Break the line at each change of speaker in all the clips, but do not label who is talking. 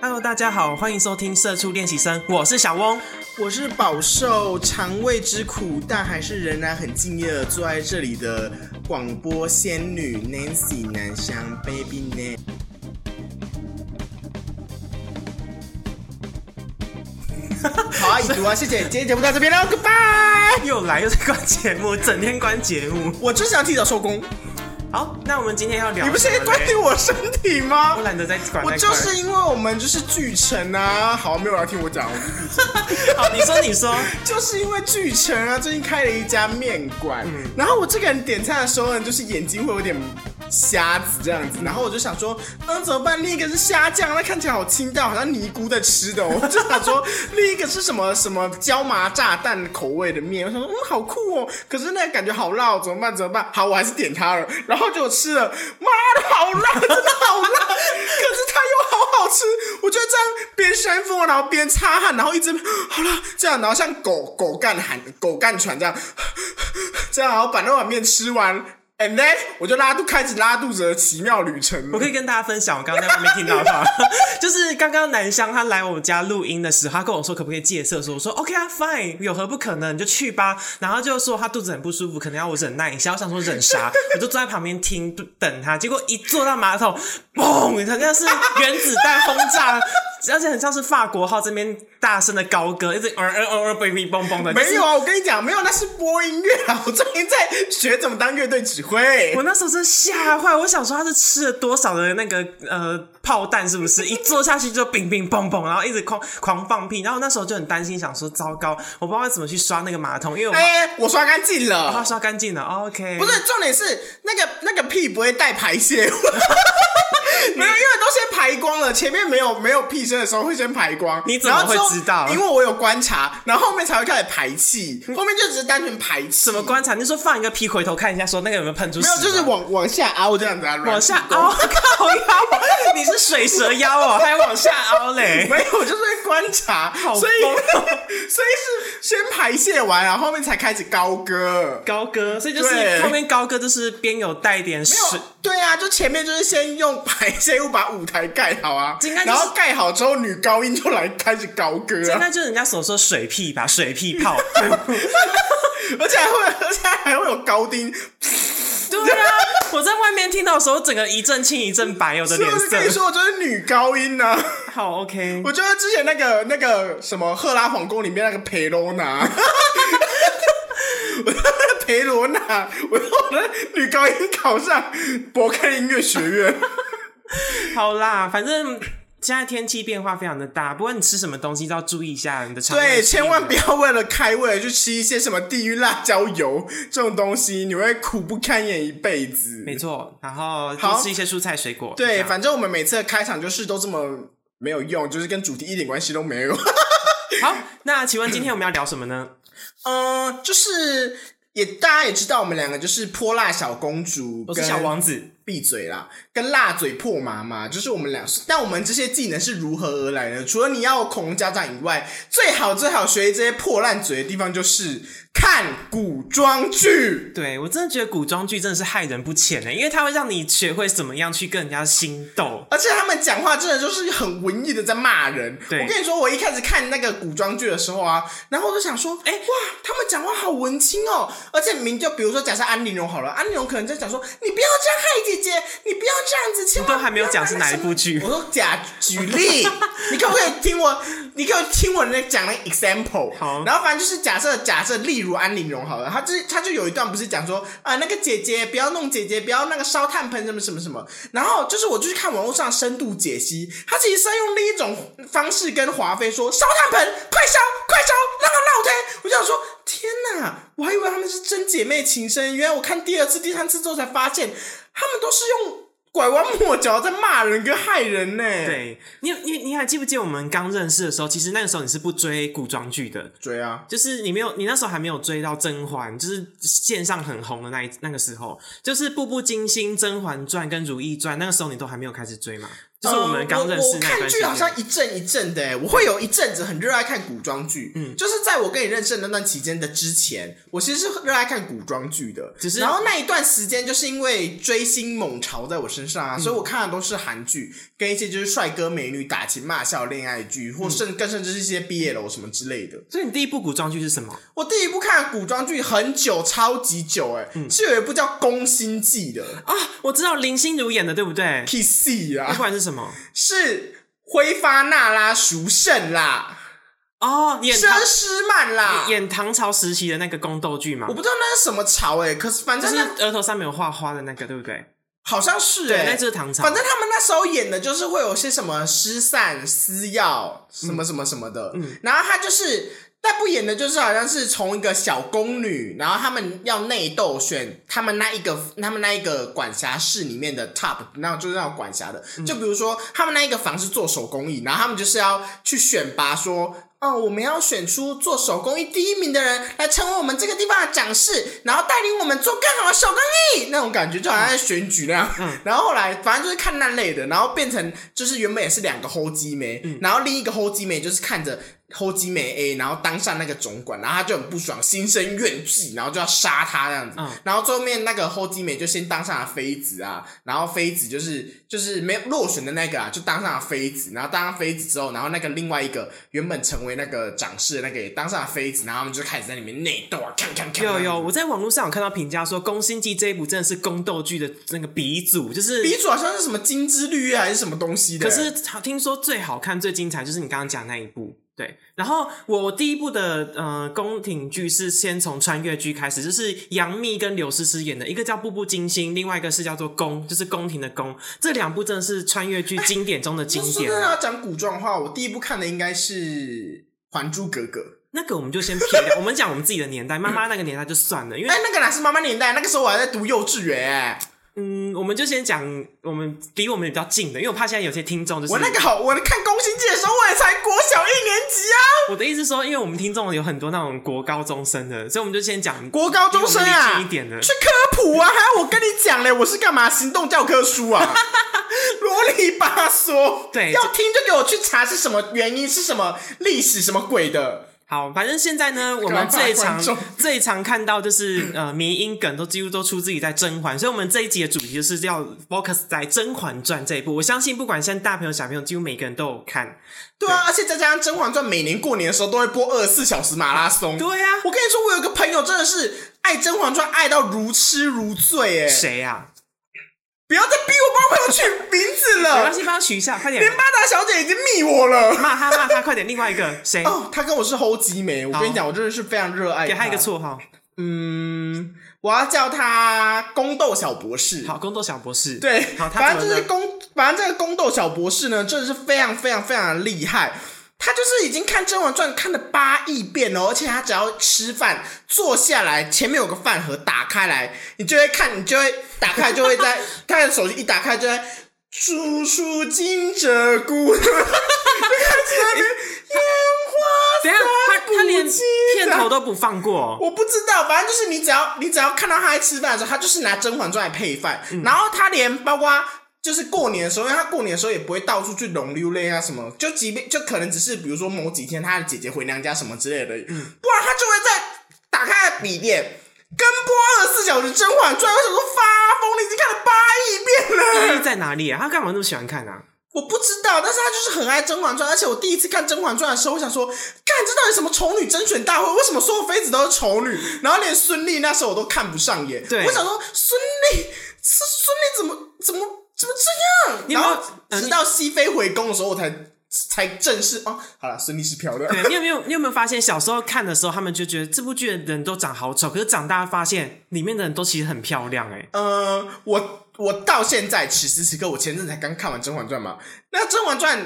Hello，大家好，欢迎收听《社畜练习生》，我是小翁。
我是饱受肠胃之苦，但还是仍然很敬业的坐在这里的广播仙女 Nancy 南湘 Baby Nan。好啊，已读啊，谢谢，今天节目到这边喽，Goodbye。
又来又在关节目，整天关节目。
我就是想提早收工，
好，那我们今天要聊
你不是
什么
关
嘞
心我身体吗
我？懒得再管
我
那块
就
了
是因为我们就是巨城啊，好，没有人要听我讲，我就闭嘴
好，你说你说，
就是因为巨城啊，最近开了一家面馆，然后我这个人点菜的时候呢，就是眼睛会有点瞎子这样子，然后我就想说，嗯，怎么办？另一个是虾酱，那看起来好清淡，好像尼姑在吃的哦、 我就想说，另一个是什么什么椒麻炸弹口味的面，我想说，嗯，好酷哦，可是那个感觉好辣、哦，怎么办？怎么办？好，我还是点它了，然后就吃了，妈的，好辣，真的好辣，可是它又好好吃，我就这样边扇风，然后边擦汗，然后一直 好了这样，然后像狗狗干喊狗干喘这样， 这样，然后把那碗面吃完，and then 我就拉肚开始拉肚子的奇妙旅程
我
了。
可以跟大家分享我刚刚在外面听到的话，就是刚刚南湘他来我们家录音的时候，他跟我说可不可以借色说，我说 OK 啊，fine，有何不可能，你就去吧。然后就说他肚子很不舒服，可能要我忍耐一下。我想说忍啥，我就坐在旁边听等他。结果一坐到马桶，嘣，好像是原子弹轰炸，而且很像是法国号这边大声的高歌，一直嗯嗯嗯嗯，baby 嘣嘣的，
没有。啊，我跟你讲，没有，那是播音乐啊！我最近在学怎么当乐队指挥
我。那时候真的吓坏，我想说他是吃了多少的那个呃炮弹，是不是？一坐下去就乒乒乓乓，然后一直狂狂放屁，然后那时候就很担心，想说糟糕，我不知道怎么去刷那个马桶，因为我
哎、我刷干净了。
把它刷干净了。哦 OK，
不是，重点是那个那个屁不会带排泄 物，没有，因为都先排光了，前面没有没有屁声的时候会先排光。
你怎么
然后之后
会知道嗯
因为我有观察，然后后面才会开始排气，后面就只是单纯排气。
怎么？观察？你说放一个屁回头看一下，说那个有没有喷出屎
没
吗？
有，就是往往下凹这样子啊，
往下凹，靠腰，哦你是水蛇腰哦， 还往下凹嘞。
没有，就是会观察，
好
所以
疯哦
所以是先排泄完，然后后面才开始高歌。
高歌，所以就是
对
后面高歌就是边有带一点
没
水
有，，对啊，就前面就是先用排泄物把舞台盖好啊，
这应该就是
然后盖好之后，女高音就来开始高歌
这
啊
应，该就是人家所说水屁吧，水屁泡。
而且还会，而且还会有高音，
对啊，我在外面听到的时候，整个一阵青一阵白，我的
所以
脸
我就跟你
色。
说，我就是女高 音呢、啊。
好 OK，
我觉得之前那个那个什么《赫拉皇宫》里面那个裴罗 娜，裴罗娜，我说我的女高音考上伯克利音乐学院，
好啦，反正现在天气变化非常的大，不管你吃什么东西都要注意一下你的肠胃
对，
的
千万不要为了开胃去吃一些什么地狱辣椒油这种东西，你会苦不堪言一辈子。
没错，然后多
好
吃一些蔬菜水果。这
对，
样
反正我们每次的开场就是都这么没有用，就是跟主题一点关系都没有。
好，那请问今天我们要聊什么呢？
嗯，就是也大家也知道，我们两个就是泼辣小公主，
我是小，王子，
闭嘴啦，跟辣嘴破麻嘛，就是我们俩。但我们这些技能是如何而来呢？除了你要恐龙家长以外，最好最好学这些破烂嘴的地方就是看古装剧。
对我真的觉得古装剧真的是害人不浅呢，因为它会让你学会怎么样去跟人家心斗。
而且他们讲话真的就是很文艺的在骂人。
对
我跟你说，我一开始看那个古装剧的时候啊，然后我就想说，哎、哇，他们讲话好文青哦。而且明就比如说，假设安陵容好了，安陵容可能在讲说，你不要这样害姐姐，你不要这样子，千万
都还没有讲是哪一部剧
我说假举例，你可不可以听我？你可不可以听我那讲那 example？
好
然后反正就是假设假设，例如安陵容好了，她就她就有一段不是讲说啊、那个姐姐不要弄姐姐，不要那个烧炭盆什么什么什么。然后就是我就去看网络上深度解析，她其实是在用另一种方式跟华妃说烧炭盆快烧快烧，让她闹腾。我就想说天哪，我还以为她们是真姐妹情深，原来我看第二次、第三次之后才发现，她们都是用。拐弯抹角在骂人跟害人呢、，
对你，你你还记不记得我们刚认识的时候？其实那个时候你是不追古装剧的，
追啊，
就是你没有，你那时候还没有追到甄嬛，就是线上很红的那一那个时候，就是《步步惊心》《甄嬛传》跟《如懿传》，那个时候你都还没有开始追嘛？就是呃我们刚认识
呃我
那
看
段时
剧
间
好像一阵一阵的、欸，我会有一阵子很热爱看古装剧，嗯，就是在我跟你认识的那段期间的之前，我其实是热爱看古装剧的，
只是
然后那一段时间就是因为追星猛潮在我身上啊，
嗯
所以我看的都是韩剧跟一些就是帅哥美女打情骂俏恋爱剧，
嗯
或甚更甚至是一些 BL 什么之类的。
所以你第一部古装剧是什么？
我第一部看古装剧很久，超级久、欸，哎、
嗯
是有一部叫《宫心计》的
啊，我知道林心如演的，对不对？
，P C
那
啊，
不然是什么？
是挥发那拉熟胜啦。
哦，演唐
佘诗曼啦，
演唐朝时期的那个宫斗剧嘛
我，不知道那是什么朝哎、可是反
就
正
是
那
额头上面有画花的那个，对不对？
好像是哎、
对，那就是唐朝。
反正他们那时候演的就是会有些什么失散、私药
嗯
什么什么什么的，然后他就是那部演的就是好像是从一个小宫女，然后他们要内斗选他们那一个他们那一个管辖室里面的 top，然后就是那种管辖的，
嗯
就比如说他们那一个房是做手工艺，然后他们就是要去选拔说。哦，我们要选出做手工艺第一名的人来成为我们这个地方的长士，然后带领我们做更好的手工艺，那种感觉就好像在选举那样。 然后后来反正就是看那类的，然后变成就是原本也是两个齁鸡妹，然后另一个齁鸡妹就是看着齁鸡妹 A，然后当上那个总管，然后他就很不爽，心生怨气，然后就要杀他这样子。
嗯
然后最后面那个齁鸡妹就先当上了妃子啊，然后妃子就是就是没有落选的那个啊，就当上了妃子，然后当上妃子之后，然后那个另外一个原本成为那个长势的那个也当上了妃子，然后他们就开始在里面内斗啊，看看看，
有有，我在网络上有看到评价说，《宫心计》这一部真的是宫斗剧的那个鼻祖，就是。
鼻祖好像是什么金枝绿叶还是什么东西的，
可是听说最好看、最精彩就是你刚刚讲那一部，对。然后我第一部的呃宫廷剧是先从穿越剧开始，就是杨幂跟刘诗诗演的，一个叫《步步惊心》，另外一个是叫做《宫》，就是宫廷的宫。这两部真的是穿越剧经典中的经
哎说
典
真的
啊。
要讲古装的话，我第一部看的应该是《还珠格格》。
那个我们就先撇掉，我们讲我们自己的年代，妈妈那个年代就算了，因为
哎、那个哪是妈妈年代？那个时候我还在读幼稚园、哎
嗯，我们就先讲我们离我们比较近的，因为我怕现在有些听众就是
我那个好，我看《宫心计》的时候，我也才国小一年级啊，
我的意思是说，因为我们听众有很多那种国高中生的，所以我们就先讲
国高中生
离我们
啊，
近一点的。
去科普啊，还要我跟你讲嘞，我是干嘛？行动教科书啊， 啰里吧嗦。
对
要听就给我去查是什么原因，是什么历史，什么鬼的。
好，反正现在 呢，我们
干嘛
最
观
常
众
最常看到就是呃，迷因梗都几乎都出自于在《甄嬛》，所以我们这一集的主题就是要 focus 在《甄嬛传》这一部。我相信不管现在大朋友小朋友，几乎每个人都有看。
对啊，而且再加上《甄嬛传》，每年过年的时候都会播二十四小时马拉松。
对啊呀、
我跟你说，我有一个朋友真的是爱《甄嬛传》爱到如痴如醉，哎，
谁啊呀、
不要再逼我帮朋友取名字
啊？ 没关
了，
系，帮他取一下，快点
连八大小姐已经密我了。
骂他骂他，快点！另外一个谁？
哦，她跟我是猴吉梅，我跟你讲，我真的是非常热爱。
给他一个，绰号，
啊嗯，我要叫她宫斗小博士。
好，宫斗小博士。
对，
好，他
反
怎
正
么
就是
了
宫，反正这个宫斗小博士呢，真的是非常非常非常的厉害。他就是已经看《甄嬛传》看了八亿遍了，而且他只要吃饭坐下来，前面有个饭盒，打开来，你就会看，你就会打开，就会在他的手机一打开就在处处惊蛰菇，就开始在那边
等一下，啊
烟
他他连
不记得
片头都不放过、哦
我不知道，反正就是你只要你只要看到他在吃饭的时候，他就是拿《甄嬛传》来配饭，然后他连包括就是过年的时候，因为他过年的时候也不会到处去龙溜泪啊什么，就即便就可能只是比如说某几天他的姐姐回娘家什么之类的，不然他就会在打开他的笔电。跟播二十四小时《甄嬛传》，为什么发疯？你已经看了八亿遍了。
意义在哪里啊？他干嘛那么喜欢看啊？
我不知道，但是他就是很爱《甄嬛传》，而且我第一次看《甄嬛传》的时候，我想说，看这到底什么丑女甄选大会？为什么所有妃子都是丑女？然后连孙俪那时候我都看不上眼，
对
我想说孙俪，是孙俪怎么怎么怎么这样？
你有没有
然后
呃
直到熹妃回宫的时候，我才才正式哦，好了，孙俪是漂亮，
对，你有没有你有没有发现，小时候看的时候，他们就觉得这部剧的人都长好丑，可是长大发现里面的人都其实很漂亮、欸，
呃，我我到现在此时此刻，我前阵才刚看完《甄嬛传》嘛，那《甄嬛传》。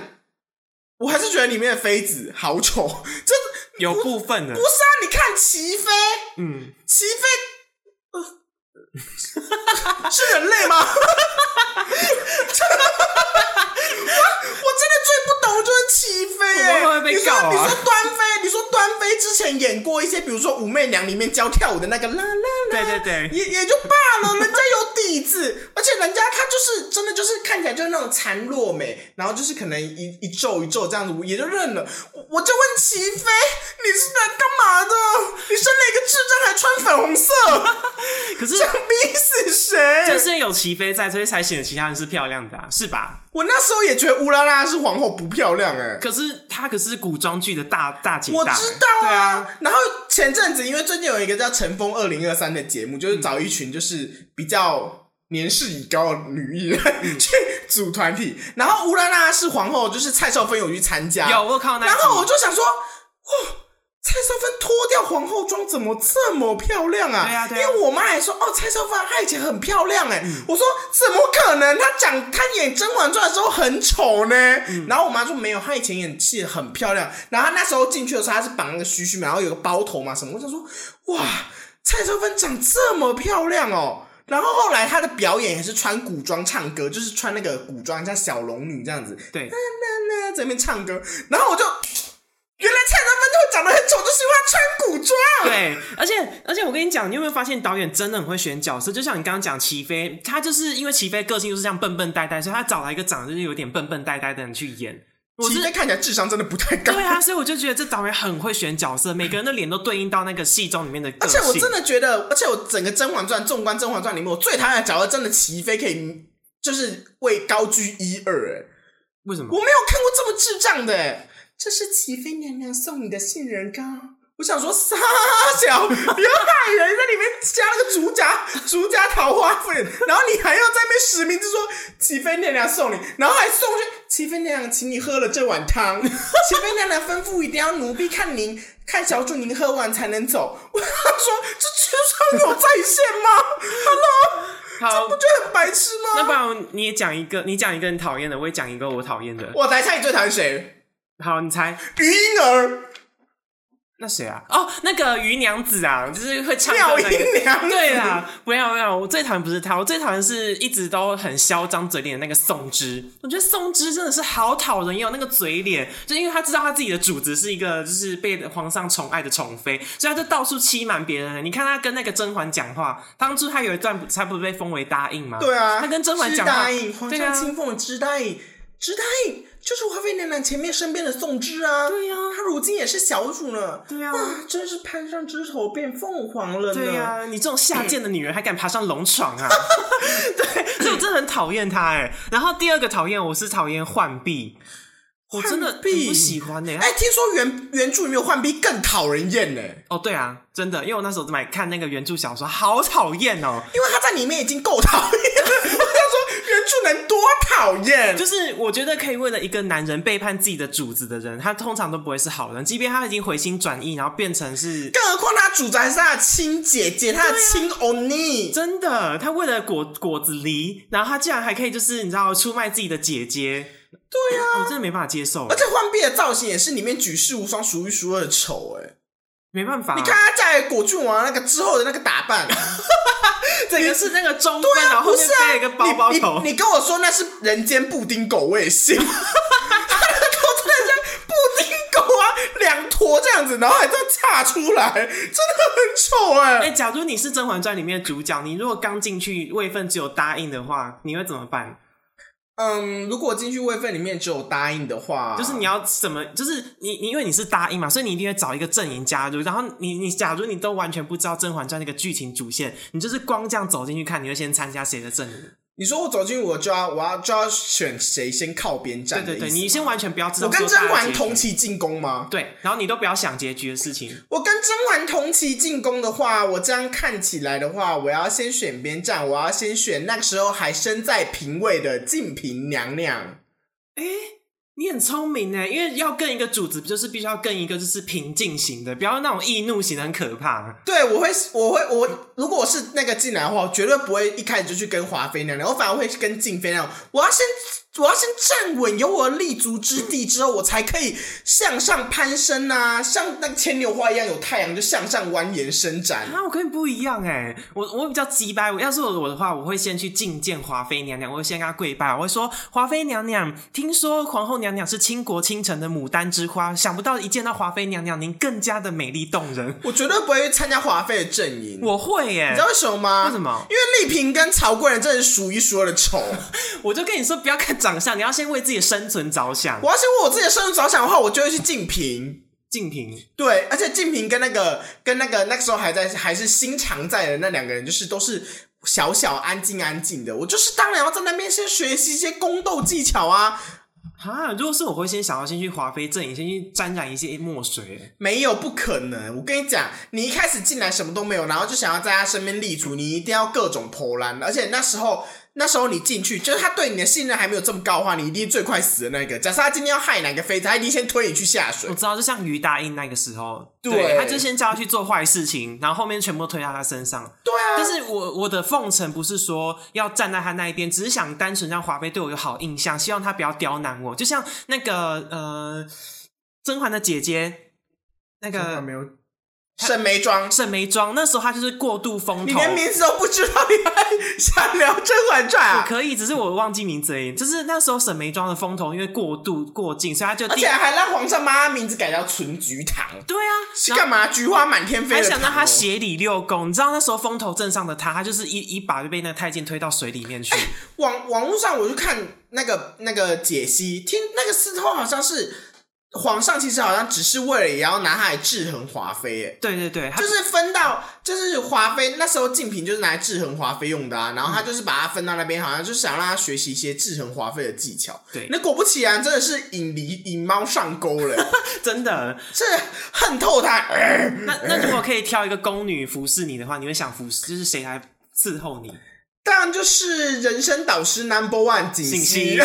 我还是觉得里面的妃子好丑， 这
有部分的
不，是啊！你看齐妃，
嗯，
齐飞，呃是人类吗？我我真的最不懂的就是齐飞、欸，
我会不会被告啊
你说你说端妃，你说端妃之前演过一些，比如说《武媚娘》里面教跳舞的那个啦啦啦，
对对对
也也就罢了，人家有底子，而且人家她就是真的就是看起来就是那种孱弱美，然后就是可能一一皱一皱这样子，我也就认了。我我就问齐飞，你是来干嘛的？你生了一个智障还穿粉红色，
可是
想逼死谁？
就是有齐飞在，所以才显得其他人是漂亮的、啊，是吧？
我那时候也觉得乌拉拉是皇后不漂亮哎、
可是她可是古装剧的大大姐
我
大、
知道
对啊，
啊。然后前阵子，因为最近有一个叫《乘风二零二三》的节目，就是找一群就是比较年事已高的女艺人、
嗯
去组团体，然后乌拉拉是皇后，就是蔡少芬有去参加，
有我有看到那一
然
集，
后我就想说，哇，蔡少芬脱掉皇后装怎么这么漂亮啊？
对啊对啊
因为我妈还说，哦，蔡少芬她以前很漂亮哎、
嗯
我说怎么可能？她讲她演《甄嬛传》的时候很丑呢。
嗯
然后我妈说没有，她以前演戏很漂亮。然后她那时候进去的时候，她是绑那个须须嘛，然后有个包头嘛什么。我想说，哇，蔡少芬长这么漂亮哦。然后后来她的表演也是穿古装唱歌，就是穿那个古装像小龙女这样子，
对
啦啦啦在那边唱歌，然后我就，原来蔡少芬会长得很丑，就是因为她穿古
对，
装。，
而且而且我跟你讲，你有没有发现导演真的很会选角色？就像你刚刚讲齐飞，他就是因为齐飞个性就是这样笨笨呆呆，所以他找了一个长得就是有点笨笨呆呆的人去演。我
其
是
实看起来智商真的不太高。
对啊，所以我就觉得这导演很会选角色，每个人的脸都对应到那个戏中里面的个
而且
性。
我真的觉得，而且我整个《甄嬛传》纵观《甄嬛传》里面，我最讨厌的角色真的齐妃可以，就是位高居一二。哎，
为什么
我没有看过这么智障的、哎这是齐妃娘娘送你的杏仁糕。我想说，傻小，不要害人，在里面加那个竹荚、 竹荚桃花粉，然后你还要在那边实名制说齐妃娘娘送你，然后还送去齐妃娘娘，请你喝了这碗汤。 齐妃娘娘吩咐一定要奴婢看您，看小主您喝完才能走。 我想说，这智商有在线吗？Hello，
好
不？觉得很白痴
那
吗？
不然你也讲一个，你讲一个你讨厌的，我也讲一个我讨厌的。
我来猜你最讨厌谁？
好，你猜
余莺儿。
那谁啊？哦，那个于娘子啊，就是会唱歌
妙
那
音
个。
娘子
对，啊啦，不要不要，我最讨厌不是他，我最讨厌是一直都很嚣张嘴脸的那个宋芝。我觉得宋芝真的是好讨人厌哦，那个嘴脸，就因为他知道他自己的主子是一个就是被皇上宠爱的宠妃，所以他就到处欺瞒别人。你看他跟那个甄嬛讲话，当初他有一段不才不是被封为答应吗？
对啊，
他跟甄嬛讲
知
话
答，应皇
对啊
上亲奉的知答应，知答应就是华妃娘娘前面身边的宋芝啊，
对啊
她如今也是小主呢，
对啊
啊，真是攀上枝头变凤凰了呢，
对呀、你这种下贱的女人还敢爬上龙床 啊？对，所以我真的很讨厌她哎、然后第二个讨厌我是讨厌浣碧，我真的很
浣碧
不喜欢哎、
哎，听说原原著里面有浣碧更讨人厌呢，
哦，对啊，真的，因为我那时候买看那个原著小说，好讨厌哦。
因为她在里面已经够讨厌了，我想说原著能多讨厌，
就是我觉得可以为了一个男人背叛自己的主子的人，他通常都不会是好人，即便他已经回心转意，然后变成是
更何况她主宅是她的亲姐姐，她
啊
的亲欧尼，
真的，他为了果果子狸，然后他竟然还可以就是你知道出卖自己的姐姐，
对啊。
我真的没办法接受
而，且浣碧的造型也是里面举世无双、数一数二的丑哎、
没办法。
你看她嫁给果郡王那个之后的那个打扮，
整个是那个中分，
对
然
啊，
后后
不是
面
啊，
背了一个包包头
你你。你跟我说那是人间布丁狗，我也 信。他那个头真的像布丁狗啊，两坨这样子，然后还这样岔出来，真的很丑哎、
哎、假如你是《甄嬛传》里面的主角，你如果刚进去位分只有答应的话，你会怎么办？
嗯，如果进去位份里面只有答应的话，
就是你要怎么？就是你你因为你是答应嘛，所以你一定会找一个阵营加入。然后你你假如你都完全不知道《甄嬛传》那个剧情主线，你就是光这样走进去看，你会先参加谁的阵营？
你说我走进去我就要我要就要选谁先靠边
对
站
对
的意思吗，
对，你先完全不要知道
我跟
说大
甄
家
嬛
结局
同期进宫吗？
对，然后你都不要想结局的事情。
我跟甄嬛同期进宫的话，我这样看起来的话，我要先选边站，我要先选那个时候还身在嫔位的静嫔娘娘。
你很聪明呢，因为要跟一个主子，就是必须要跟一个就是平静型的，不要那种易怒型的，很可怕。
对，我会，我会，我如果我是那个进来的话，我绝对不会一开始就去跟华妃娘娘，我反而会去跟静妃那种。我要先我要先站稳，有我的立足之地之后，我才可以向上攀升呐、像那个牵牛花一样有太阳就向上蜿蜒伸展。
啊，我跟你不一样哎、我我比较鸡掰。我要是我的话，我会先去觐见华妃娘娘，我会先跟她跪拜，我会说：“华妃娘娘，听说皇后娘娘是倾国倾城的牡丹之花，想不到一见到华妃娘娘，您更加的美丽动人。
我绝对不会参加华妃的阵营”，你
我会欸耶、
知道为什么吗？
为什么
因为丽嫔跟曹贵人真的是数一数二的 丑。
我就跟你说，不要看长相，你要先为自己的生存着想
我。要是为我自己的生存着想的话，我就会去竞平。
静嫔
对，而且静平跟那个跟那个那个时候还在还是新常在的那两个人，就是都是小小安静安静的。我就是当然要在那边先学习一些宫斗技巧啊。
啊，如果是我会先想要先去华妃阵营，先去沾染一些墨水、
没有不可能，我跟你讲，你一开始进来什么都没有，然后就想要在他身边立足，你一定要各种投篮，而且那时候那时候你进去，就是他对你的信任还没有这么高的话，你一定是最快死的那个。假设他今天要害哪个妃子，他一定先推你去下水
我。知道，就像于答应那个时候，
对
他就先叫他去做坏事情，然后后面全部都推到他身上。
对啊，
但是我我的奉承不是说要站在他那一边，只是想单纯让华妃对我有好印象，希望他不要刁难我。就像那个呃，甄嬛的姐姐，那个
没有沈眉庄，
沈眉庄，那时候她就是过度风
你
头。
连名字都不知道，你还想聊《甄嬛传》
我
啊？
可以，只是我忘记名字而已。就是那时候沈眉庄的风头因为过度过境，所以她就
而
第
且还让皇上把他名字改叫纯菊堂，
对啊，
是
然后
干嘛？菊花满天飞
还
的
想让
堂
他
哦
协理六宫，你知道那时候风头正上的他，他就是一一把就被那个太监推到水里面去。
网网络上我就看那个那个解析，听那个司透好像是皇上，其实好像只是为了也要拿它来制衡华妃，哎，
对对对，他
就是分到就是华妃那时候静嫔就是拿来制衡华妃用的啊，然后他就是把它分到那边，好像就是想让他学习一些制衡华妃的技巧。
对
那果不其然，真的是引狸引猫上钩了，
真的。
真的恨透他。呃
那那如果可以挑一个宫女服侍你的话，你会想服侍就是谁来伺候你？
当然就是人生导师 Number One 锦
锦
溪
溪，，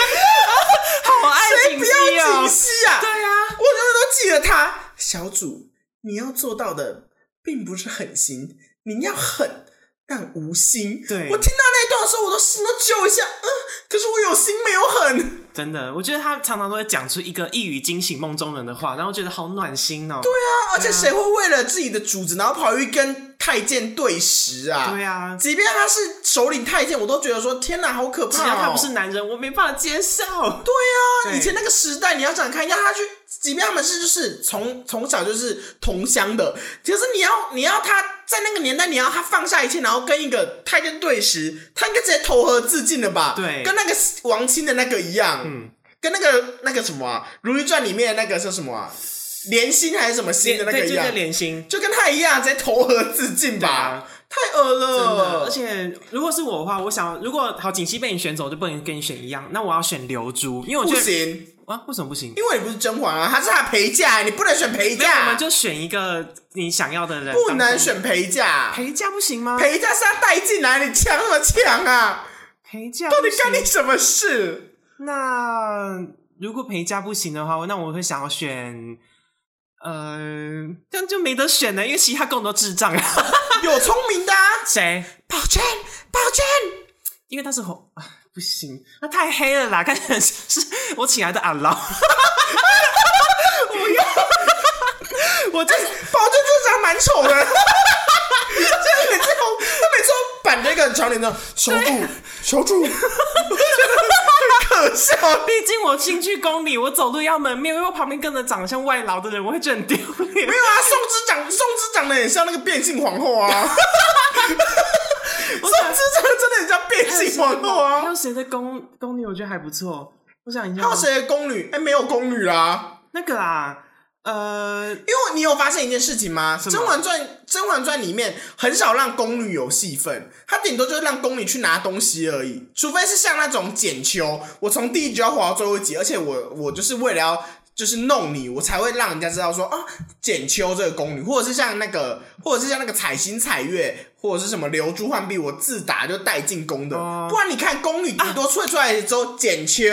好爱锦
不
溪
要
哦
锦。溪啊！
对啊，
我永远都记得他。小主，你要做到的并不是狠心，你要狠但无心。
对
我听到那一段的时候，我都心都揪一下。嗯，可是我有心没有狠。
真的，我觉得他常常都会讲出一个一语惊醒梦中人的话，然后觉得好暖心哦。对
啊，而且谁会为了自己的主子，然后跑去跟太监对食啊？
对啊，
即便他是首领太监，我都觉得说天哪，好可怕、哦！
只要他不是男人，我没办法接受。
对啊，
对
以前那个时代，你要想看，要他去，即便他们是就是从从小就是同乡的，可是你要你要他在那个年代，你要他放下一切，然后跟一个太监对食，他应该直接投河自尽了吧？
对
跟那个王清的那个一样，
嗯，
跟那个那个什么、啊《如懿传》里面的那个叫什么、啊，莲心还是什么心的那个
对，
一
就
样
是，连心。
就跟他一样，直接投河自尽吧，
啊
太恶
真的
了，
而且如果是我的话，我想如果好锦溪被你选走，就不能跟你选一样，那我要选流珠，因为我
不
觉得
行，
啊，为什么不行？
因为你不是甄嬛啊，她是她陪嫁，你不能选陪
没有，我
嫁
们。就选一个你想要的人，
不
当
能
中
选陪嫁，
陪嫁不行吗？
陪嫁是他带进来，你抢什么抢啊？
陪嫁
到
不
底干
行。
你什么事？
那如果陪嫁不行的话，那我会想要选。呃，这样就没得选了，因为其他跟我都智障啊。
有聪明的、啊，
谁？
宝娟，宝娟，
因为他是红，啊不行，那太黑了啦，看起来是是我请来的阿劳。 我就
宝娟这张蛮丑的。就是每次红，他每次都板着一个很长脸的小主，小主，我觉得 很可笑。
毕竟我进去宫里，我走路要门面，因为我旁边跟着长得像外劳的人，我会觉得很丢脸
没。有啊，宋之长，宋之长得很像那个变性皇后啊。
我
宋
想
之长真的很像变性皇后
还
啊。
有谁的宫宫女我觉得还不错？我想一下，哦
还有？谁的宫女？哎、没有宫女啦。
那个啊，呃，
因为你有发现一件事情吗？《
么
甄嬛传》《甄嬛传》里面很少让宫女有戏份，她顶多就是让宫女去拿东西而已，除非是像那种剪秋，我从第一集要滑到最后一集，而且我我就是为了要就是弄你，我才会让人家知道说啊，剪秋这个宫女，或者是像那个，或者是像那个采星采月。或者是什么流珠换币，我自打就带进宫的，
哦
不然你看宫女顶多出来出来之后剪秋，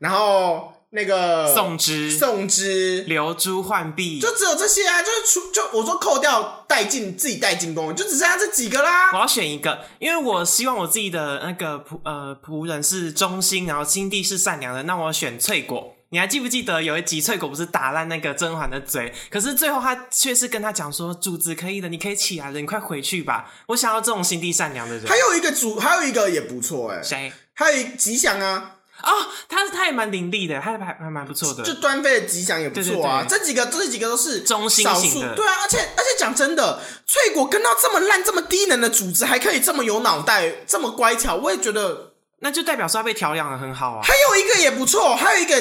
然后那个
宋之、
宋之，
流珠换币，
就只有这些啊，就是除就我说扣掉带进自己带进攻，就只剩下这几个啦
我。要选一个，因为我希望我自己的那个仆呃仆人是忠心，然后心地是善良的。那我选翠果。你还记不记得有一集翠果不是打烂那个甄嬛的嘴，可是最后他却是跟他讲说主子可以的，你可以起来了，你快回去吧。我想要这种心地善良的人
还。有一个主，还有一个也不错哎、
谁
还有一吉祥啊，
哦，他他也蛮伶俐的，他还还蛮不错
就
的。
端妃的吉祥也不错啊。
对对
这几个这几个都是
中心
少
型
数，
的
对啊，而且而且讲真的，翠果跟到这么烂、这么低能的组织，还可以这么有脑袋、这么乖巧，我也觉得
那就代表说他被调养的很好啊。
还有一个也不错，还有一个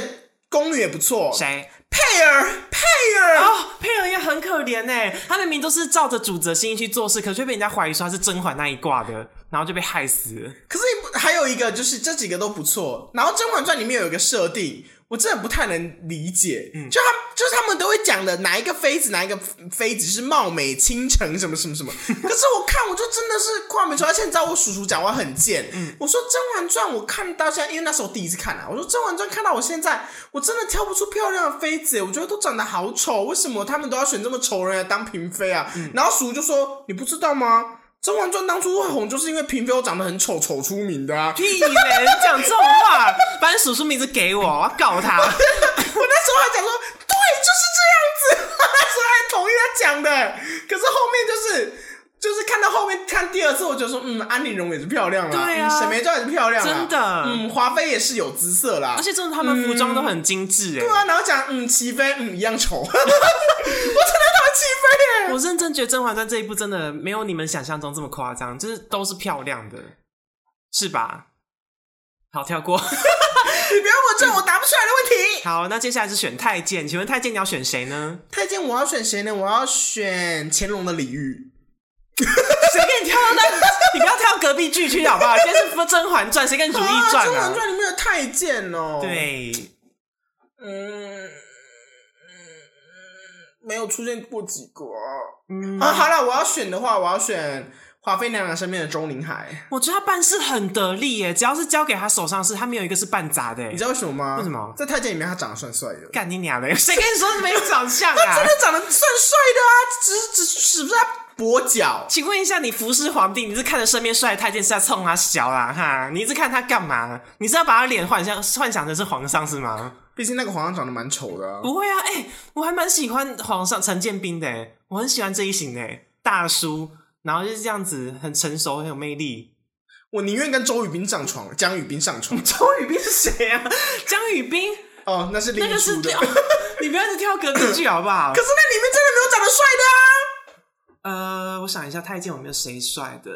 宫女也不错，
谁？
佩儿，佩儿。
哦，佩儿也很可怜哎，她的名都是照着主子的心意去做事，可却被人家怀疑说她是甄嬛那一挂的，然后就被害死了。
可是你不还有一个就是这几个都不错，然后《甄嬛传》里面有一个设定，我真的不太能理解，就他就是他们都会讲的哪一个妃子哪一个妃子是貌美倾城什么什么什么，可是我看我就真的是跨没出来，而且你知道我叔叔讲话很贱，我说《甄嬛传》我看到现在，因为那时候我第一次看啊，我说《甄嬛传》看到我现在，我真的挑不出漂亮的妃子，我觉得都长得好丑，为什么他们都要选这么丑人来当嫔妃啊？然后叔叔就说你不知道吗？《甄嬛传》当初会红，就是因为嫔妃我长得很丑，丑出名的啊！
屁嘞！你讲这种话，把你叔叔名字给我，我要告 他。
我那时候还讲说，对，就是这样子。 我那时候还同意他讲的，可是后面就是就是看到后面看第二次，我就说，嗯，安陵容也是漂亮啦，
对啊
嗯沈眉庄也是漂亮啦，
真的
嗯，华妃也是有姿色啦
而。且真的，他们服装都很精致哎、
对啊，然后讲，嗯，齐妃，嗯，一样丑。 我真的讨厌齐妃耶。
我认真觉得《甄嬛传》这一部真的没有你们想象中这么夸张，就是都是漂亮的，是吧？好，跳 过。
你不要问我这种我答不出来的问题。
好，那接下来是选太监，请问太监你要选谁呢？
太监，我要选谁呢？我要选乾隆的李煜。
谁给你跳到啊那？你不要跳隔壁剧去好不好？现在是《甄嬛传》，谁跟《如懿
啊
传》
甄嬛
啊？
传》里面的太监哦。。
对，
嗯，没有出现过几个啊。
嗯，
啊，好了，我要选的话，我要选华妃娘娘身边的周宁海。
我觉得他办事很得力耶，只要是交给他手上是，他没有一个是办砸的耶
你。知道为什么吗？
为什么
在太监里面，他长得算帅的。
干你娘的！谁跟你说没有长相啊？
真的长得算帅的啊，只只只不是他跛脚。
请问一下，你服侍皇帝，你是看着身边帅的太监是要冲他小啦哈？你一直看他干嘛？你是要把他脸幻想幻想成是皇上是吗？
毕竟那个皇上长得蛮丑的、啊。
不会啊，哎、我还蛮喜欢皇上陈建斌的耶，我很喜欢这一型的耶大叔，然后就是这样子，很成熟，很有魅力。。
我宁愿跟周雨斌上床，江雨斌上床
周雨斌是谁啊？江雨斌
哦，那是另
那
一
个是
出的。
哦 你不要一直挑隔壁剧好不好？
可是那里面真的没有长得帅的啊，
呃，我想一下，太监有没有谁帅的？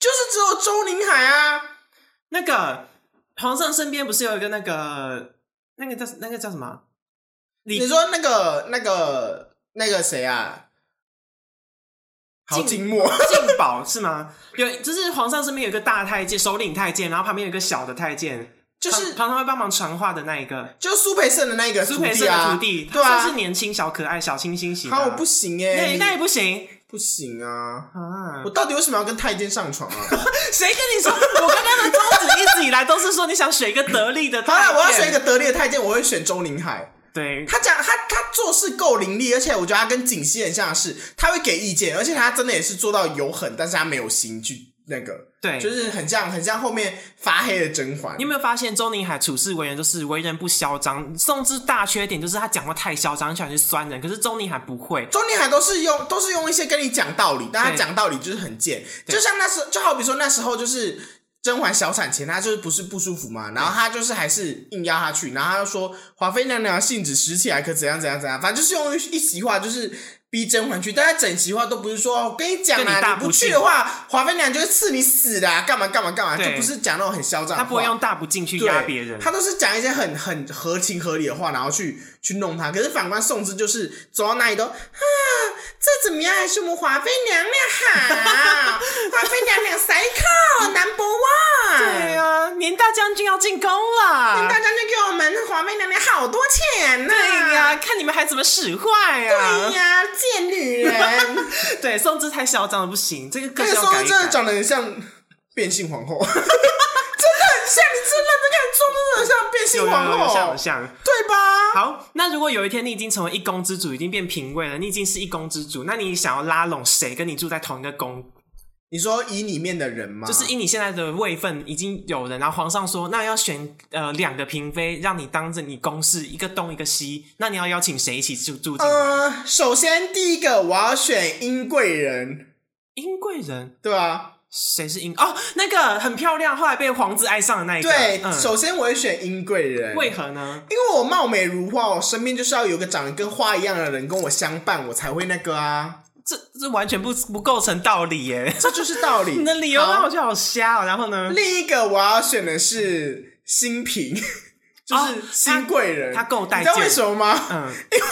就是只有周宁海啊。
那个皇上身边不是有一个那个那个叫那个叫什么？啊李
你说那个那个那个谁啊？郝
静
静默。
进宝是吗？有，就是皇上身边有一个大太监，首领太监，然后旁边有一个小的太监，
就是
常常常会帮忙传话的那一个
就是苏培盛的那个
苏
徒
培
弟
盛
啊，
的徒弟，
对
他算
啊
是，年轻小可爱、小清新型的啊。
好，我不行
那
哎、
那也不行
不行啊！
啊
我！到底为什么要跟太监上床啊？
谁跟你说？ 我刚刚的宗旨一直以来都是说你想选一个得力的太
好
监。
了，我要选一个得力的太监，我会选周宁海。
对。
他讲他他做事够伶俐，而且我觉得他跟景熙很像的是，他会给意见，而且他真的也是做到有狠，但是他没有心去那个，
对
就是很像很像后面发黑的甄嬛
你。有没有发现周宁海处事为人就是为人不嚣张，宋之大缺点就是他讲话太嚣张，很喜欢去酸人。可是周宁海不会，
周宁海都是用都是用一些跟你讲道理，但他
对
讲道理就是很贱，就像那时就好比说那时候就是甄嬛小产前，她就是不是不舒服嘛，然后她就是还是硬要她去，然后她就说华妃娘娘性子拾起来可怎样怎样怎样，反正就是用一一席话就是。逼甄嬛去，但她整席话都不是说，我跟你讲
跟你大
啊，
不
不去
敬
的话，华妃娘娘就会赐你死的、啊，干嘛干嘛干嘛，
对
就不是讲那种很嚣张的话。
他不会用大不敬去
对
压别人。
他都是讲一些很很合情合理的话，然后去去弄他。可是反观宋之，就是走到哪里都啊，这怎么样？还是我们华妃娘娘好， 华妃娘娘 psycho number one。
对啊，年大将军要进宫了。
大家啊就给我们华妃娘娘好多钱呐、
对呀、看你们还怎么使坏呀、
对呀、贱 女人。
对，宋芝太嚣张了，不行，这个
那
更
个
是
时
要
候
改一
真的
改。
长得 很像变性皇后。真的很像，你真认真看，妆真的很像变变性
有有
皇
有有
后，
像有像。
对吧？
好，那如果有一天你已经成为一宫之主，已经变平位了，你已经是一宫之主，那你想要拉拢谁跟你住在同一个
啊
宫？
你说以里面的人吗？
就是以你现在的位分已经有人，然后皇上说，那要选呃两个嫔妃，让你当着你宫室一个东一个西，那你要邀请谁一起住住进来？
呃，首先第一个我要选殷贵人，
殷贵人
对吧？
谁是殷？哦，那个很漂亮，后来被皇子爱上的那一个。
对，
嗯，
首先我会选殷贵人，
为何呢？
因为我貌美如花，我身边就是要有个长得跟花一样的人跟我相伴，我才会那个啊，
这这完全不不构成道理 耶！
这就是道理。
你的理由让
好
我觉得好瞎哦。然后呢？
另一个我要选的是新平， 就
哦
是新贵人，
他他够带
你知道
劲
为什么吗？
嗯，
因为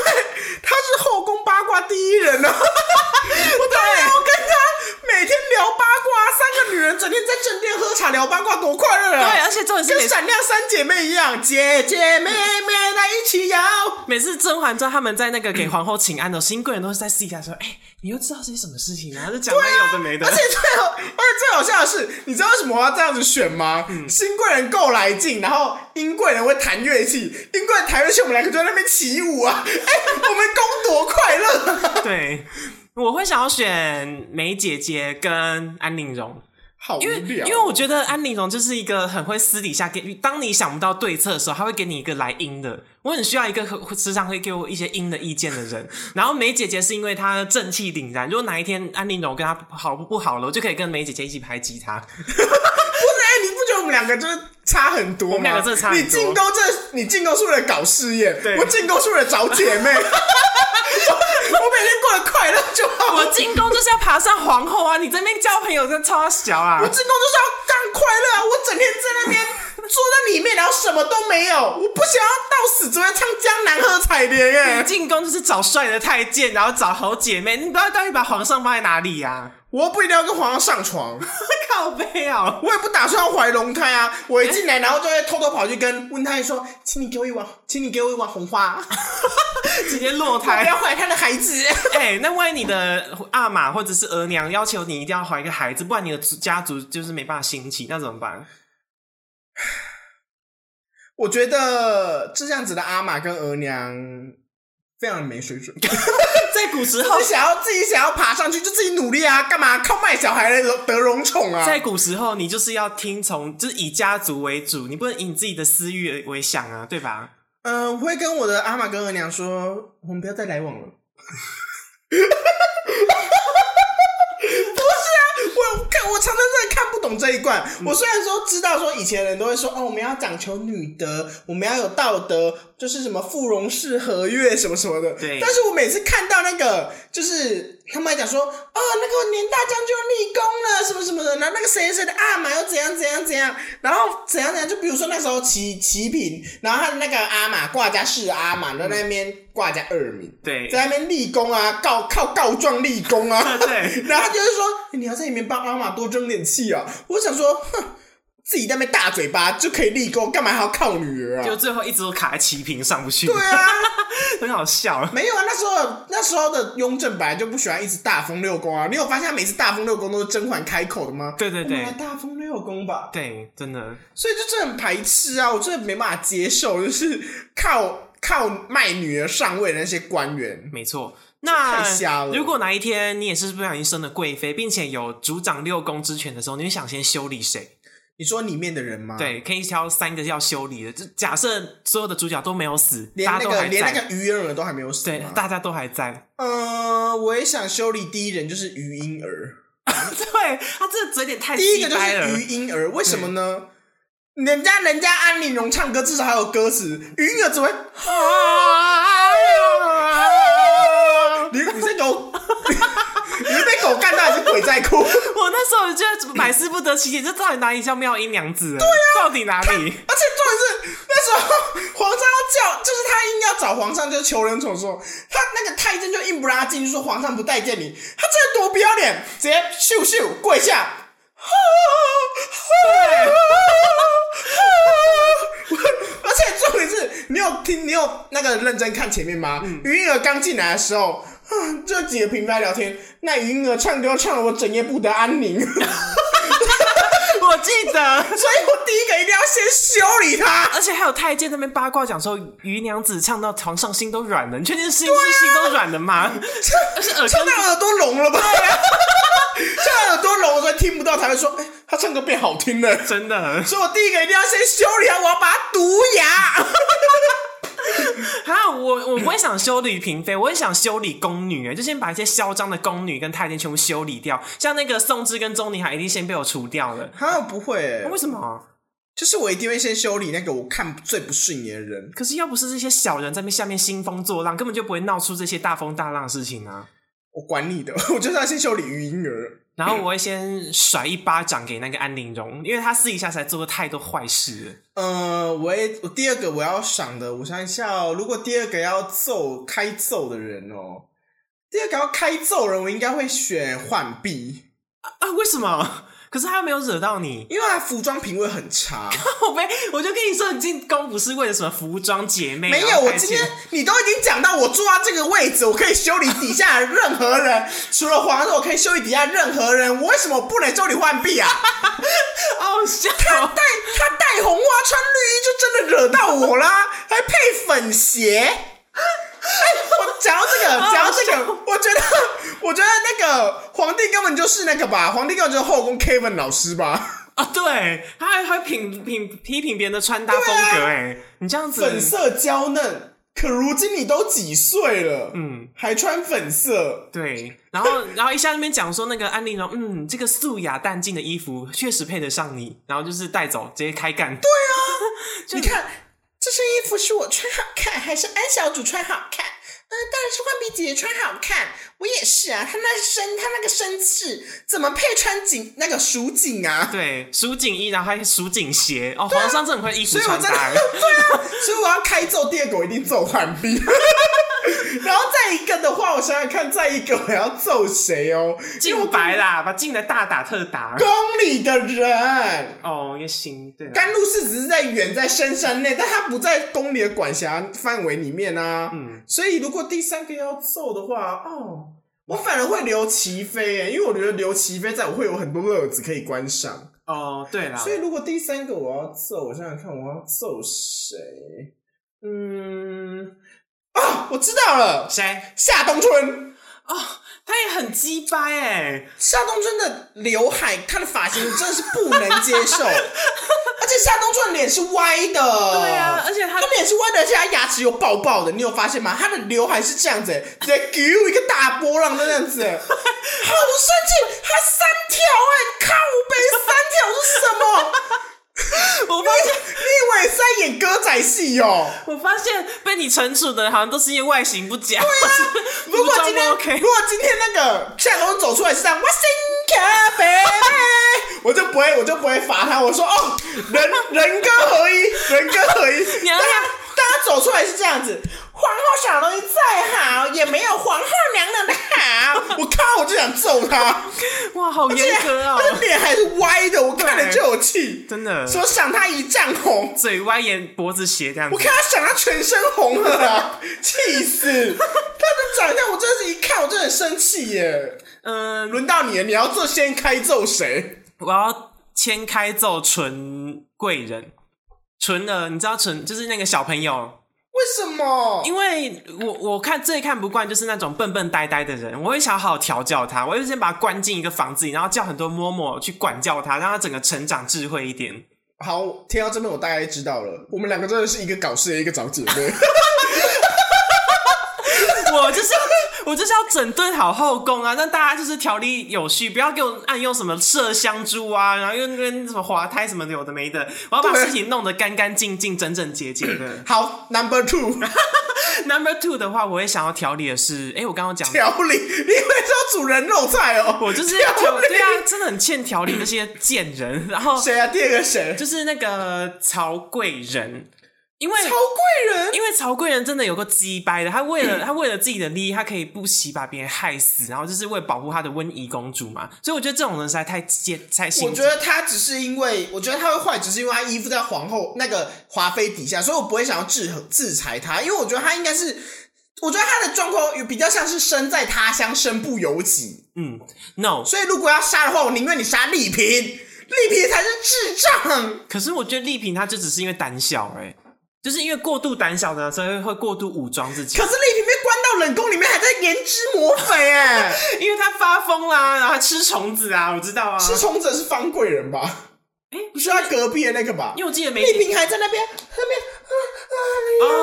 他是后宫八卦第一 人呢、我当然要跟他每天聊八卦，三个女人整天在正殿喝茶聊八卦，多快乐啊！
对，而且重点是每
跟
次
闪亮三姐妹一样，姐姐妹妹在一起摇。
每次甄嬛传他们在那个给皇后请安的时候，新贵人都是在私底下说：“哎、你又知道这些什么事情啊？”然后就讲那有的没的
而。且最好，而且最好笑的是，你知道为什么我要这样子选吗？新贵人够来劲，然后英贵人会弹乐器，英贵人弹乐器，我们两个就在那边起舞啊！ 哎、我们攻多快 乐、啊，
对，我会想要选梅姐姐跟安陵容，
好无
因为
聊。
因为我觉得安陵容就是一个很会私底下给，当你想不到对策的时候，他会给你一个来阴的。我很需要一个很时常会给我一些阴的意见的人。然后梅姐姐是因为她正气凛然，如果哪一天安陵容跟她好不好了，我就可以跟梅姐姐一起排挤她。
不是，哎、你不觉得我们两个就是差很多吗？我
们两个真的差很多
你进攻这，你进攻是为了搞事业，
对
我进攻是为了找姐妹。我 我每天过得快乐就好。
我进宫就是要爬上皇后啊！你这边交朋友真的超小啊！
我进攻就是要干快乐啊！我整天在那边坐在里面，然后什么都没有。我不想要到死只会唱《江南喝彩莲》耶！
进宫就是找帅的太监，然后找好姐妹，你不知道到底把皇上放在哪里呀、
我又不一定要跟皇上上床，
靠背哦！
我也不打算要怀龙胎啊！我一进来，然后就会偷偷跑去跟温太医说：“请你给我一碗，请你给我一碗红花，
直接落
我不
胎。
要怀他的孩子。”
哎、那万一你的阿玛或者是额娘要求你一定要怀一个孩子，不然你的家族就是没办法兴起，那怎么 办？
我觉得这样子的阿玛跟额娘非常没水准，
在古时候
自己，想要自己想要爬上去就自己努力啊，干嘛靠卖小孩来得荣宠啊？
在古时候，你就是要听从，就是以家族为主，你不能以你自己的私欲为想啊，对吧？
嗯、我会跟我的阿玛跟额娘说，我们不要再来往了。不是啊，我看我常常真的看不懂这一贯。我虽然说知道说以前人都会说哦，我们要讲求女德，我们要有道德，就是什么妇荣氏合约什么什么的。
对
但是我每次看到那个，就是他们还讲说哦，那个年大将军立功了，什么什么的，然后那个谁谁的阿玛又怎样怎样怎样，然后怎样怎样，就比如说那时候齐齐平，然后他的那个阿玛挂家是阿玛，在那边挂家二名。
对，
在那边立功啊，告靠告状立功啊，
对
然后他就是说、欸你要在里面帮阿玛多争点气啊。我想说，哼，自己在那边大嘴巴就可以立功，干嘛还要靠女儿
就
啊？
最后一直都卡在齐平上不去，
对啊，
很好笑。
没有啊，那时候那时候的雍正本来就不喜欢一直大风六宫啊。你有发现他每次大风六宫都是甄嬛开口的吗？
对对
我们来
对
大风六宫吧，
对，真的。
所以就真的很排斥啊，我真的没办法接受，就是靠靠卖女儿上位的那些官员。
没错。那
太瞎了
如果哪一天你也是不小心生了贵妃，并且有主掌六宫之权的时候，你会想先修理谁？
你说里面的人吗？。
对，可以挑三个要修理的。就假设所有的主角都没有死，
连
大
那
家都
个
还
连那
在，
个嗯鱼儿都还没有死
对
吗，
大家都还在。
呃，我也想修理第一人就是鱼婴儿，
对他这个嘴脸太
第一
鸡
个就
掰了
是。鱼婴儿，为什么呢？人家人家安陵容唱歌至少还有歌词，鱼婴儿 只会，
啊
你你在狗， 你是被狗干到还是鬼在哭？
我那时候就觉得百思不得其解，这到底哪里叫妙音娘子？对呀、
啊
到底哪里？
而且重点是那时候皇上要叫，就是他硬要找皇上，就是求人丑的时候，他那个太监就硬不拉进，就说皇上不待见你，他这多不要脸，直接咻咻跪下。 对，而且重点是，你有听，你有那个认真看前面吗？余英儿刚进来的时候，啊，这几个平白聊天，那余英儿 唱歌唱的我整夜不得安宁。
我记得
所以我第一个一定要先修理他。
而且还有太监那边八卦讲说，余娘子唱到床上心都软了，你确定是不是心都软了吗？
啊唱
是耳根
唱到耳朵聋了吧？唱到耳朵聋了，所以听不到才会说，哎、他唱歌变好听了。
真的
所以我第一个一定要先修理啊他，我要把他毒 牙。
啊，我我不会想修理嫔妃，我会想修理宫女，哎就先把一些嚣张的宫女跟太监全部修理掉。像那个宋芝跟钟离海一定先被我除掉了，啊
他不会、欸
为什么？
就是我一定会先修理那个我看最不顺眼的人。
可是要不是这些小人在那下面兴风作浪，根本就不会闹出这些大风大浪的事情啊。
我管你的， 我就是要先修理余婴儿。
然后我会先甩一巴掌给那个安陵容，因为她私底下实在做过太多坏事了。
呃，我也我第二个我要赏的，我想一下哦。如果第二个要揍开揍的人哦，第二个要开揍人，我应该会选浣碧，
啊，为什么？可是他又没有惹到你，
因为他服装品味很差。
我没，我就跟你说，你进宫不是为了什么服装姐妹，
没
然
有，
后
我
开
今
心
天你都已经讲到我坐到啊这个位置，我可以修理底下的任何人， 除了皇上，我可以修理底下任何人。我为什么不能修理浣 碧啊？
好笑，哦
他戴他戴红花穿绿衣就真的惹到我啦，还配粉鞋。 哎，我讲到这 个，
好
讲到这个，我觉得，我觉得那个皇帝根本就是那个吧，皇帝根本就是后宫 Kevin 老师吧，
啊，对，他还还评评批评别人的穿搭风格、哎、你这样子，
啊粉色娇嫩。可如今你都几岁了，
嗯，
还穿粉色，
对，然后然后一下那边讲说那个安陵容，嗯，这个素雅淡静的衣服确实配得上你，然后就是带走，直接开干，对，
你看这身衣服是我穿好看，还是安小主穿好看？嗯，当然是浣碧姐姐穿好看，我也是啊。她那身，她那个身势，怎么配穿紧那个蜀 锦啊？
对，蜀锦衣，然后还蜀锦鞋，哦，皇上真的很会衣服
啊所以我
穿
真
搭、
的
哎
对啊，所以我要开揍第二个，我一定揍浣碧。 然后再一个的话，我想想看，再一个我要揍谁哦？因为我
净白啦，把净的大打特打，
宫里的人，
哦，也行，对啦，
甘露寺只是在远在深山内，但它不在宫里的管辖范围里面啊。
嗯，
所以如果第三个要揍的话，哦，我反而会留齐飞、欸，因为我觉得留齐飞在我会有很多乐子可以观赏。
哦，对啦，
所以如果第三个我要揍，我想想看，我要揍谁？嗯，啊，我知道了，
谁？
夏冬春。
哦，他也很鸡掰哎，
夏冬春的刘海，他的发型真的是不能接 受，而且夏冬春的脸是歪的。
对啊，而且他
他脸是弯的，而且他牙齿又爆爆的，你有发现吗？他的刘海是这样子、欸，直接给我一个大波浪的那样子、欸，好生气！他三条哎、欸，靠背三条是什么？
我发
你
现
你以为是在演歌仔戏哦、
我发现被你惩处的好像都是因为外形不佳，对 啊，
如果今天，
OK，
如果今天那个夏龙走出来是这样，我新咖啡，我就不会，我就不会罚他。我说哦， 人人歌合一，人歌合一。
你要
大家大家走出来是这样子，皇后小龙女再好也没有皇后娘娘的 好。我靠，我就想揍他，
哇，好严格哦，
他的脸还是歪的，我看了就有气。
真的，
说赏他一丈红，
嘴歪眼脖子斜这样
我
子，
看他想，他全身红了啊， 气死！他的长相，我真的是一看，我真的很生气耶。
嗯、
轮到你了，你要做先开揍谁？
我要先开奏纯贵人，纯儿，你知道纯就是那个小朋友，
为什么？
因为我我看最看不惯就是那种笨笨呆呆的人，我会想好好调教他，我会先把他关进一个房子里，然后叫很多嬷嬷去管教他，让他整个成长智慧一点。
好，听到这边我大概知道了，我们两个真的是一个搞事的，一个找姐妹。
我就是要 我就是要整顿好后宫啊，让大家就是条理有序，不要给我暗用什么麝香珠啊，然后又那边什么滑胎什么的有的没的，我要把
对。
事情弄得干干净净、整整洁洁的
好，Number Two，
Number two 的话，我也想要调理的是，哎、我刚刚讲。
调理，你会教主人肉菜哦？
我就是要
调
调，
理
对啊，真的很欠调理这些贱人。然 后
谁啊？第二个谁？
就是那个曹贵人，因为
曹贵人，
因为曹贵人真的有个鸡掰的，他为了 他为了自己的利益，他可以不惜把别人害死，然后就是为了保护他的温宜公主嘛。所以我觉得这种人实在太贱，太心
我觉得他只是因为，我觉得他会坏，只是因为他依附在皇后那个华妃底下，所以我不会想要制衡制裁他，因为我觉得他应该是，我觉得他的状况比较像是身在他乡身不由己。
嗯，no，
所以如果要杀的话，我宁愿你杀丽嫔。丽萍才是智障。
可是我觉得丽萍她就只是因为胆小、欸，哎，就是因为过度胆小呢，所以会过度武装自己
可。是丽萍被关到冷宫里面，还在研制魔肥哎、
因为她发疯啦，然后她吃虫子啊，我知道啊。
吃虫者是方贵人吧？
哎、
不是他隔壁的那个吧？
因为我记得没
丽萍还在那边那边啊啊！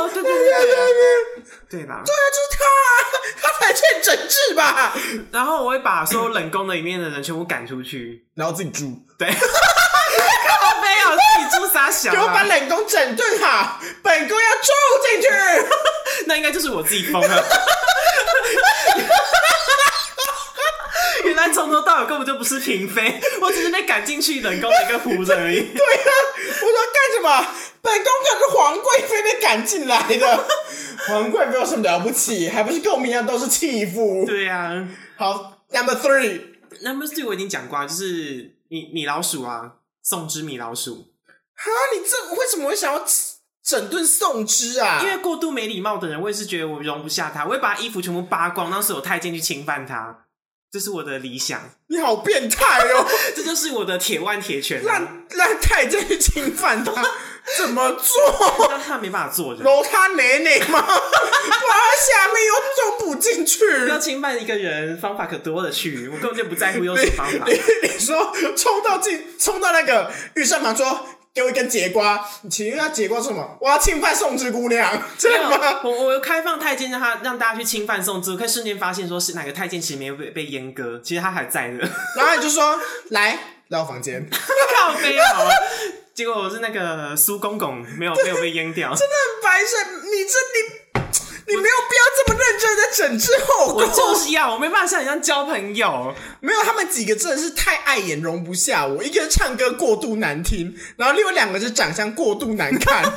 哦对对对对
对对，
对啦。
对啊，就是他，他才欠整治吧？
然后我会把所有冷宫的里面的人全部赶出去。
然后自己住，
对，靠背啊，自己猪傻小、
给我把
啊，
冷宫整顿好，本宫要住进去。
那应该就是我自己疯了。 原来从头到尾根本就不是嫔妃，我只是被赶进去冷宫的一个仆人而已。
对啊，我说干什么？本宫可是皇贵妃被赶进来的，皇贵妃有什么了不起？还不是跟我们一样都是弃妇。
对啊
好，Number Three。
，Number Three 我已经讲过啊，就是米米老鼠啊，宋之米老鼠，
哈，你这为什么会想要整顿宋之啊？
因为过度没礼貌的人，我也是觉得我容不下他，我会把他衣服全部扒光，让所有太监去侵犯他，这是我的理想，
你好变态 哦，
这就是我的铁腕铁拳、啊。
让让太监去侵犯他，怎么做？
让他没办法做人，
揉他奶奶吗？ 哇，下面又装不进去。
要侵犯一个人方法可多了去，我根本就不在乎用什么方 法
你。你说冲到进冲到那个御膳房说给我一根节瓜，请问要节瓜是什么？我要侵犯宋之姑 娘，真
没
的
有
吗？，
我我开放太监让他让大家去侵犯宋之，可以瞬间发现说是哪个太监其实没有被被阉割，其实他还在的。
然后你就说来来我房间，
靠背哦。结果我是那个苏公公，没有没有被阉 掉。
真的很白痴，你这你你没有必要这么认真的整治后
我
宫，
就是要，我没办法像你这样交朋友。
没有他们几个真的是太碍眼，容不下我。一个是唱歌过度难听，然后另外两个是长相过度难看。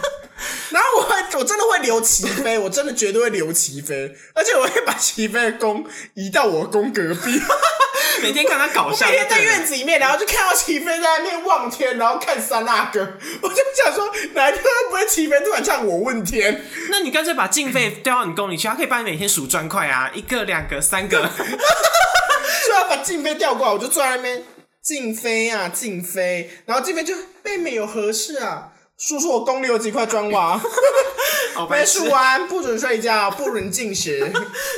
然后我会，我真的会留齐飞，我真的绝对会留齐飞，而且我会把齐飞的宫移到我宫隔壁，
每天看他搞笑
每
就对了，
天在院子里面，然后就看到齐飞在那边望天，然后看三阿哥，我就想说哪一天会不会齐飞突然唱我问天？
那你干脆把进费调到你宫里去，他可以帮你每天数砖块啊，一个、两个、三 个。
就要把静妃调过来，我就坐在那边，静妃啊，静妃，然后静妃就妹妹有何事啊？叔叔，我宫里有几块砖瓦，
哦，
没
白痴
数。完不准睡觉，不准进食。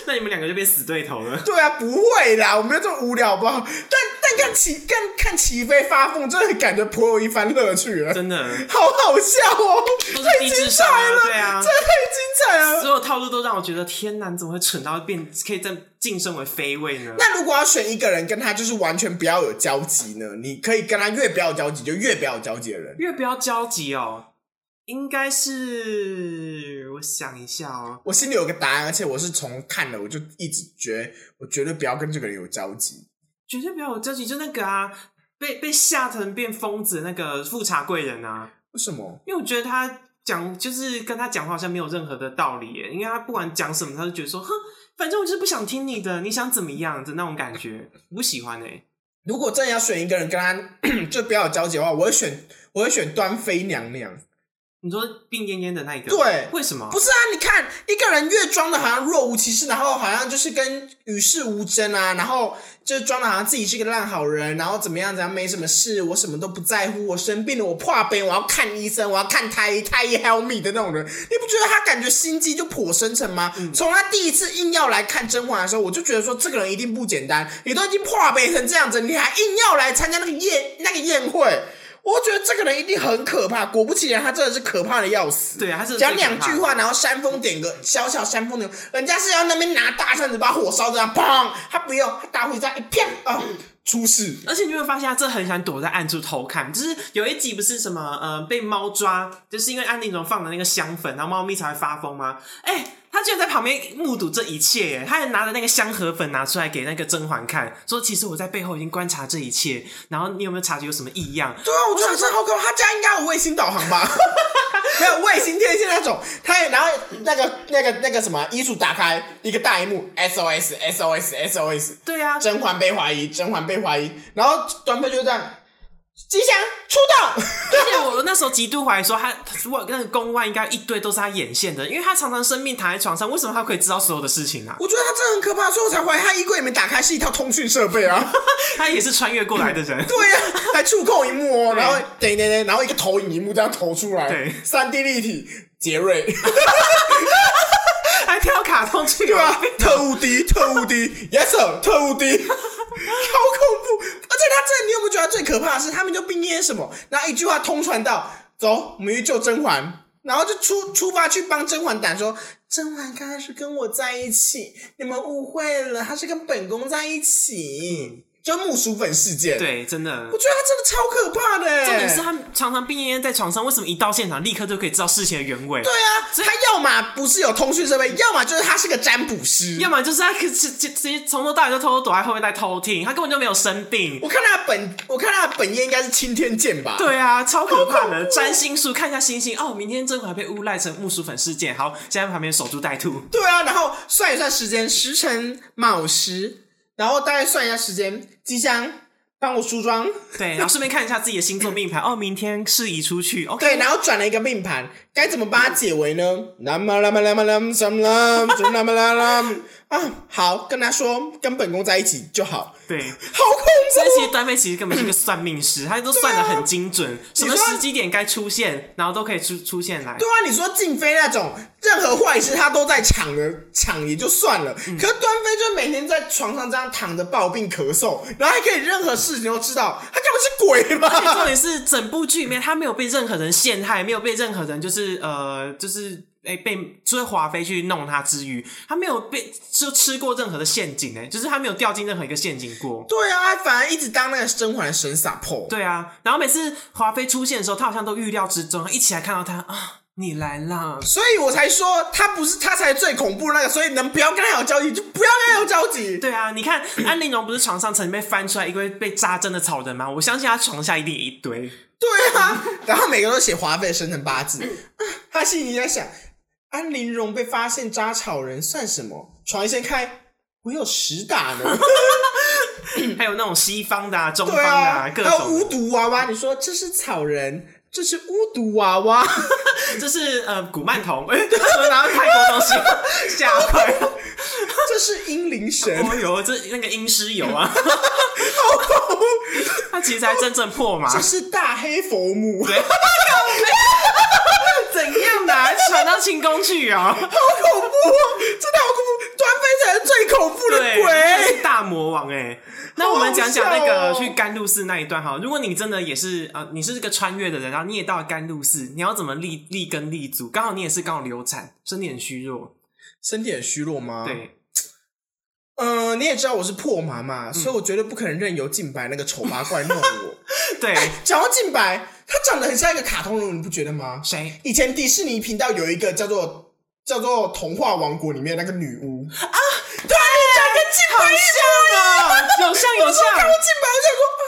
那你们两个就变死对头了。
对啊，不会啦，我没有这么无聊，好不好？但但看齐看看齐妃发疯，真的感觉颇有一番乐趣了，
真的，
好好笑哦，
都是
太
低
精
智商啊
彩了，
对啊
这太精彩 了。
所有套路都让我觉得，天哪，你怎么会蠢到变可以再晋升为妃位呢？
那如果要选一个人跟他就是完全不要有交集呢？你可以跟他越不要有交集就越不要有交集的人。
越不要交集哦，应该是我想一下哦，
我心里有个答案，而且我是从看了我就一直觉得我绝对不要跟这个人有交集。
绝对不要有交集，就那个啊，被被吓成变疯子的那个富察贵人啊，
为什么？
因为我觉得他讲就是跟他讲话好像没有任何的道理耶，因为他不管讲什么，他就觉得说，哼，反正我就是不想听你的，你想怎么样的那种感觉，我不喜欢哎。
如果真的要选一个人跟他 就不要有交集的话，我会选我会选端妃娘娘。
你说病恹恹的那一个，
对
为什么？
不是啊，你看一个人越装的好像若无其事，然后好像就是跟与世无争啊，然后就装的好像自己是个烂好人，然后怎么样怎样没什么事，我什么都不在乎，我生病了我破病，我要看医生，我要看太医，太医 help me 的那种人，你不觉得他感觉心机就颇深沉吗？从他第一次硬要来看甄嬛的时候，我就觉得说这个人一定不简单，你都已经破病成这样子，你还硬要来参加那个宴那个宴会。我觉得这个人一定很可怕，果不其然，他真的是可怕的要死。
对啊，他是
讲
最可怕
两
的
句话，然后煽风点个小小煽风点，人家是要那边拿大扇子把火烧着，砰！他不用，他打回家一啪啊，出事！
而且你有没有发现，他这很想躲在暗处偷看？就是有一集不是什么呃被猫抓，就是因为安陵容放的那个香粉，然后猫咪才会发疯吗？哎、他居然在旁边目睹这一切耶！他还拿着那个香河粉拿出来给那个甄嬛看，说其实我在背后已经观察这一切，然后你有没有察觉有什么异样？
对啊，我觉得这好可怕，他家应该有卫星导航吧？ 没有卫星天线那种，他也然后那个那个那个什么，衣橱打开一个大荧幕，SOS SOS SOS，
对啊，
甄嬛被怀疑，甄嬛被怀疑，然后端妃就这样。吉祥出动。
而且我那时候极度怀疑说他，他外那个宫外应该一堆都是他眼线的，因为他常常生病躺在床上，为什么他可以知道所有的事情啊？
我觉得他真的很可怕，所以我才怀疑他衣柜里面打开是一套通讯设备啊。
他也是穿越过来的人。
对 啊呀、还触控荧幕哦，然后等等等，然后一个投影荧幕这样投出来，
对
三 D 立体，杰 瑞，
还挑卡通去
对啊吧？特务 D，特务 D，Yes sir，特务 D，好恐 怖！而且他这，你有没有觉得他最可怕的是，他们就并列什么，然后一句话通传到，走，我们去救甄嬛。然后就出出发去帮甄嬛打说，甄嬛刚开始跟我在一起，你们误会了，她是跟本宫在一起，就木薯粉事件。，
对，真的
我。觉得他真的超可怕的、欸。
重点是他常常病恹恹在床上，为什么一到现场立刻就可以知道事情的原委？
对啊，他要么不是有通讯设备，要么就是他是个占卜师。
要么就是他直直直接从头到尾就偷偷躲在后面在偷听，他根本就没有生病。
我看他的本，我看他的本业应该是青天剑吧？，
对啊，超可怕
好恐
的！
怖哦
占星术，看一下星星哦。明天甄嬛被诬赖成木薯粉事件，好，现在旁边守株待兔。
对啊。然后算一算时间，时辰卯时，然后大概算一下时间，吉祥帮我梳妆，
对，然后顺便看一下自己的星座命盘。哦，明天适宜出去。OK，
嗯对，然后转了一个命盘，该怎么帮他解围呢？啦嘛啦嘛啦嘛啦嘛什么啦什么啦嘛啦啦啊！好，跟他说跟本宫在一起就好，
对，
好恐怖
所以
哦。
其实端妹其实根本是个算命师，她都算的很精准，什么时机点该出现，然后都可以出出现来
对。啊，你说静妃那种任何坏事她都在抢的抢也就算了，可是端妃就每天在床上这样躺着抱病咳嗽，然后还可以任何事情都知道，她根本是鬼
而 且重
吧？
点是，整部剧里面她没有被任何人陷害，没有被任何人就是呃就是。哎、被就是华妃去弄她之余，她没有被就吃过任何的陷阱、哎，就是她没有掉进任何一个陷阱过。
对啊，她反而一直当那个甄嬛的神撒泼。
对啊，然后每次华妃出现的时候，她好像都预料之中，一起来看到她啊，你来啦，
所以我才说她不是她才最恐怖的那个，所以能不要跟她有交集就不要跟她有交集。
对啊，你看安陵容不是床上曾经被翻出来一堆被扎针的草人吗？我相信她床下一定一堆。
对啊， 然后每个都写华妃的生辰八字，她心里在想：安陵容被发现扎草人算什么？床一掀开，我有十打呢。
还有那种西方的、啊、中方
对
的、
啊，
各
还有
种
巫
的，
毒娃娃，你说这是草人，这是巫毒娃娃，
这是呃古曼童， 哎、然后泰国东西，吓坏了。
这是阴灵神。
哦呦，这那个阴尸油啊，他其实才真正破嘛
这。是大黑佛母，
对怎样的、啊？传到清宫去啊？
好恐怖哦！真的好恐怖，端妃才是最恐怖的
对，这
鬼。
是大魔王哎、那
好
我们讲讲那
好
个
笑哦
去甘露寺那一段哈。如果你真的也是啊、呃你是个穿越的人，然后你也到了甘露寺，你要怎么立立根立足？刚好你也是刚好流产，身体很虚弱，
身体很虚弱吗？，
对，
嗯、你也知道我是破麻
嗯
嘛，所以我绝对不可能任由静白那个丑八怪弄我。
对，
讲到静白，她长得很像一个卡通人物，你不觉得吗？
谁？
以前迪士尼频道有一个叫做叫做《童话王国》里面那个女巫啊，对，长跟静白一模一样啊
有像 有像，
看到进白，我想说啊，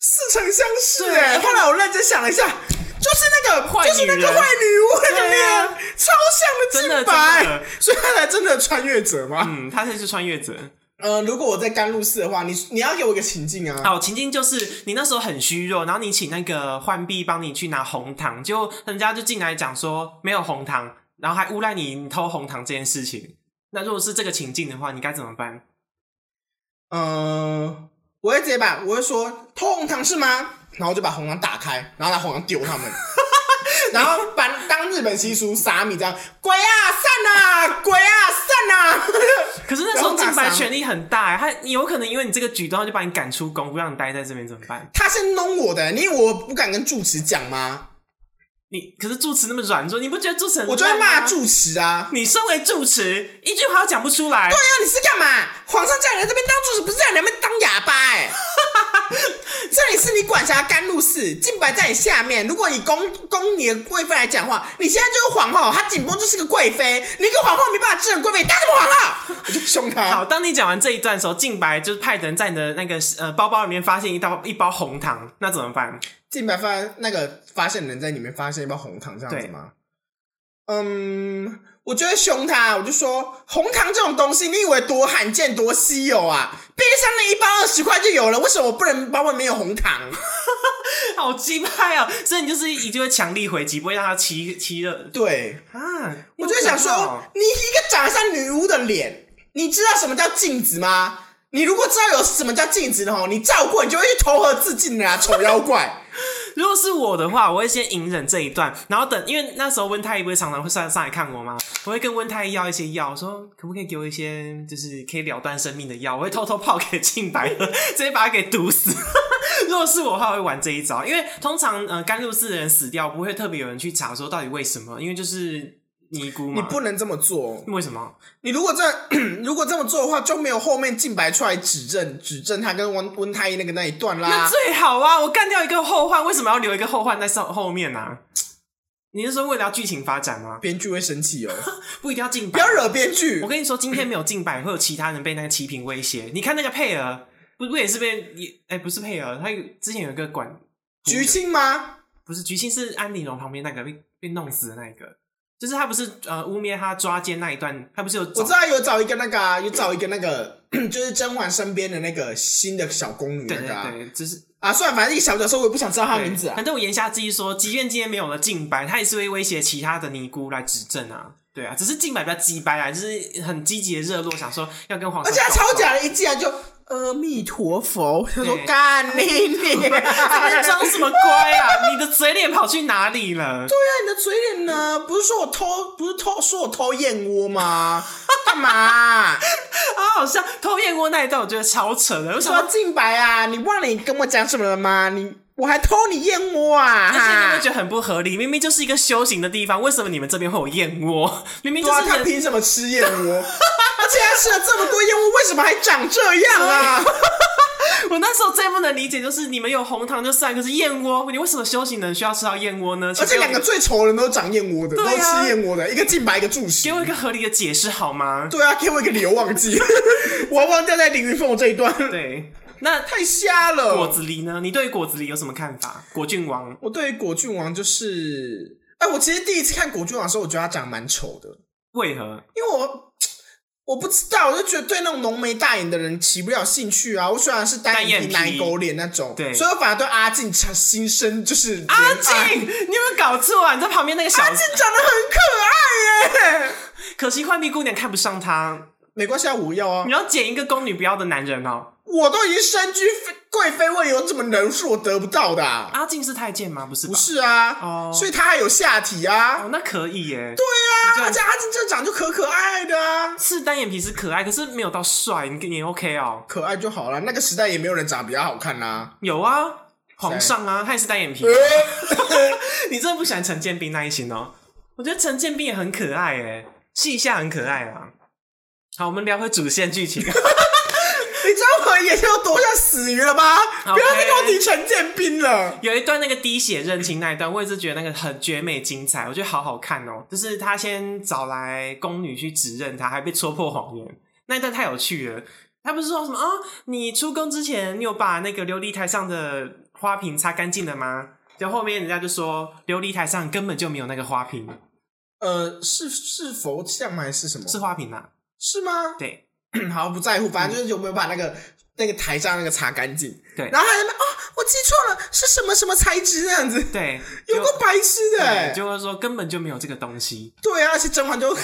似曾相识
对
哎、后来我认真想了一下，就是那个，
坏
就是那
女
个
人
坏女巫那个
对
脸
啊，
超像
真的
的进白，
真的
所以他才真的穿越者吗？
嗯，他才是穿越者。嗯
呃，如果我在甘露寺的话，你你要给我一个情境啊。
哦，情境就是你那时候很虚弱，然后你请那个浣碧帮你去拿红糖，结果人家就进来讲说没有红糖，然后还诬赖你你偷红糖这件事情。那如果是这个情境的话，你该怎么办？
呃，我会直接把我会说偷红糖是吗？然后就把红糖打开，然后拿红糖丢他 们。然后把当日本习俗撒米这样，鬼啊散啊，鬼啊散啊！
可是那时候静白权力很大、欸，他有可能因为你这个举动，他就把你赶出宫，不让你待在这边，怎么办？
他先弄我的，你以为我不敢跟住持讲吗？
你可是住持那么软弱，你不啊觉得住持很
我就会骂
烂吗？
住持啊！哎
你身为住持，一句话都讲不出来，
对呀、你是干嘛？皇上叫你来这边当住持，不是叫你来那边当哑巴哎、这里是你管辖甘露寺，靖白在你下面。如果你供供你的贵妃来讲话，你现在就是皇后，她紧绷就是个贵妃，你一个皇后没办法治人贵妃，你当什么皇后？ 我就凶
好，
他。
当你讲完这一段的时候，静白就是派人在你的那个呃包包里面发现一道一包红糖，那怎么办？
靖白发那个发现人在里面发现一包红糖这样子吗？嗯，我就会凶他，我就说红糖这种东西，你以为多罕见多稀有啊？边上那一包二十块就有了，为什么我不能包外面有红糖？
好鸡派哦！所以你就是一定会强力回击，不会让他欺欺 了
对，
啊！
我就想
哦
说，你一个长得像女巫的脸，你知道什么叫镜子吗？你如果知道有什么叫镜子的话，你照过你就会去投河自尽的啊，丑妖怪！
如果是我的话，我会先隐忍这一段，然后等，因为那时候温太医不是常常会上上来看我吗？我会跟温太医要一些药，我说可不可以给我一些就是可以了断生命的药？我会偷偷泡给静白喝，直接把他给毒死。 如果是我的话，我会玩这一招，因为通常呃甘露寺的人死掉不会特别有人去查说到底为什么，因为就是尼姑
你
嘛。
不能这么做，哦
为什么？
你如果这 如果这么做的话，就没有后面静白出来指证指证他跟温温太医那个那一段
那
啦。
最好啊！我干掉一个后患，为什么要留一个后患在上后面呢、啊？你是说为了要剧情发展吗？
编剧会生气哦，
不一定要进，
不要惹编剧
我。跟你说，今天没有进百，会有其他人被那个齐平威胁。你看那个佩儿，不不也是被也哎、不是佩儿，他有之前有一个管
菊青吗？
不是菊青是安陵容旁边那个被被弄死的那一个，就是他不是呃污蔑他抓奸那一段，他不是有
我
找
知道有找一个那个、啊，有找一个那个，就是甄嬛身边的那个新的小宫女
对
那
对
个啊。
对，就是
啊，算了，反正一个小角色，我也不想知道她名字
对
啊。
反正我言下之意说，即便今天没有了进白，他也是会威胁其他的尼姑来指证啊。对啊，只是进白比较鸡掰啊，就是很积极的热络，想说要跟皇上搞
而且
搞。
她超假的，一进来就阿弥陀佛，他说
对
干你 你，对
在
啊，
装什么乖啊？你的嘴脸跑去哪里了？
啊你的嘴脸呢？不是说我偷，不是偷，说我偷燕窝吗？干嘛 啊？
啊，好像偷燕窝那一段，我觉得超扯的。为什
说
么？
静白啊，你忘了你跟我讲什么了吗？你我还偷你燕窝啊？
而且你
哈
会觉得很不合理，明明就是一个修行的地方，为什么你们这边会有燕窝？明明就
对啊，
是
他
人
凭什么吃燕 窝？而且他吃了这么多燕窝，为什么还长这样啊？
我那时候最不能理解，就是你们有红糖就算，可是燕窝，你为什么修行人需要吃到燕窝呢？
而且
请给我
两个最仇的人都长燕窝的，
对
都
啊
吃燕窝的，一个静白，一个柱石
给。我一个合理的解释好吗？
对啊，给我一个流 忘记，我要忘掉在凌云凤这一段，
对，那
太瞎
果
了。
子狸呢？你对果子狸有什么看法？果郡王
我对于果郡王就是，哎，我其实第一次看果郡王的时候，我觉得他长蛮丑的，
为何？
因为我我不知道，我就觉得对那种浓眉大眼的人起不了兴趣啊。我虽然是单眼皮、
单眼
奶
皮
狗脸那种，
对
所以我反而对阿静产心生就是怜
阿
爱
静，你有没有搞错啊？你在旁边那个小，
阿静长得很可爱耶。
可惜浣碧姑娘看不上他。
没关系啊，我要啊
你，要捡一个宫女不要的男人哦。
我都已经身居妃贵妃位，有怎么能是我得不到的、啊？
阿静是太监吗？不是吧？
不是啊，
哦
所以她还有下体啊。
哦，那可以耶。
对
你
啊，
这
而且阿静这长就可可爱爱的啊，
是单眼皮是可爱，可是没有到帅，你你 OK 哦？
可爱就好了。那个时代也没有人长得比较好看呐、
有啊，皇上啊，他也是单 眼皮。你真的不喜欢陈建斌那一型哦？我觉得陈建斌也很可爱哎，戏一下很可爱啊。好，我们聊回主线剧情。
你知道我的眼睛有多像死鱼了吗不要再跟我提陈建斌了。
有一段那个滴血认亲那一段，我也是觉得那个很绝美精彩，我觉得好好看哦。就是他先找来宫女去指认他，还被戳破谎言，那一段太有趣了。他不是说什么啊、你出宫之前，你有把那个琉璃台上的花瓶擦干净了吗？就后面人家就说，琉璃台上根本就没有那个花瓶，
呃，是是佛像吗？还是什么？
是花瓶啊。
是吗？
对，
好，不在乎，反正就是有没有把那个那个台上那个擦干净。
对
然后还在那边啊，我记错了，是什么什么材质这样子，
对，
有个白痴的、
对，
欸。
就会说根本就没有这个东西。
对啊，而且甄嬛就， 不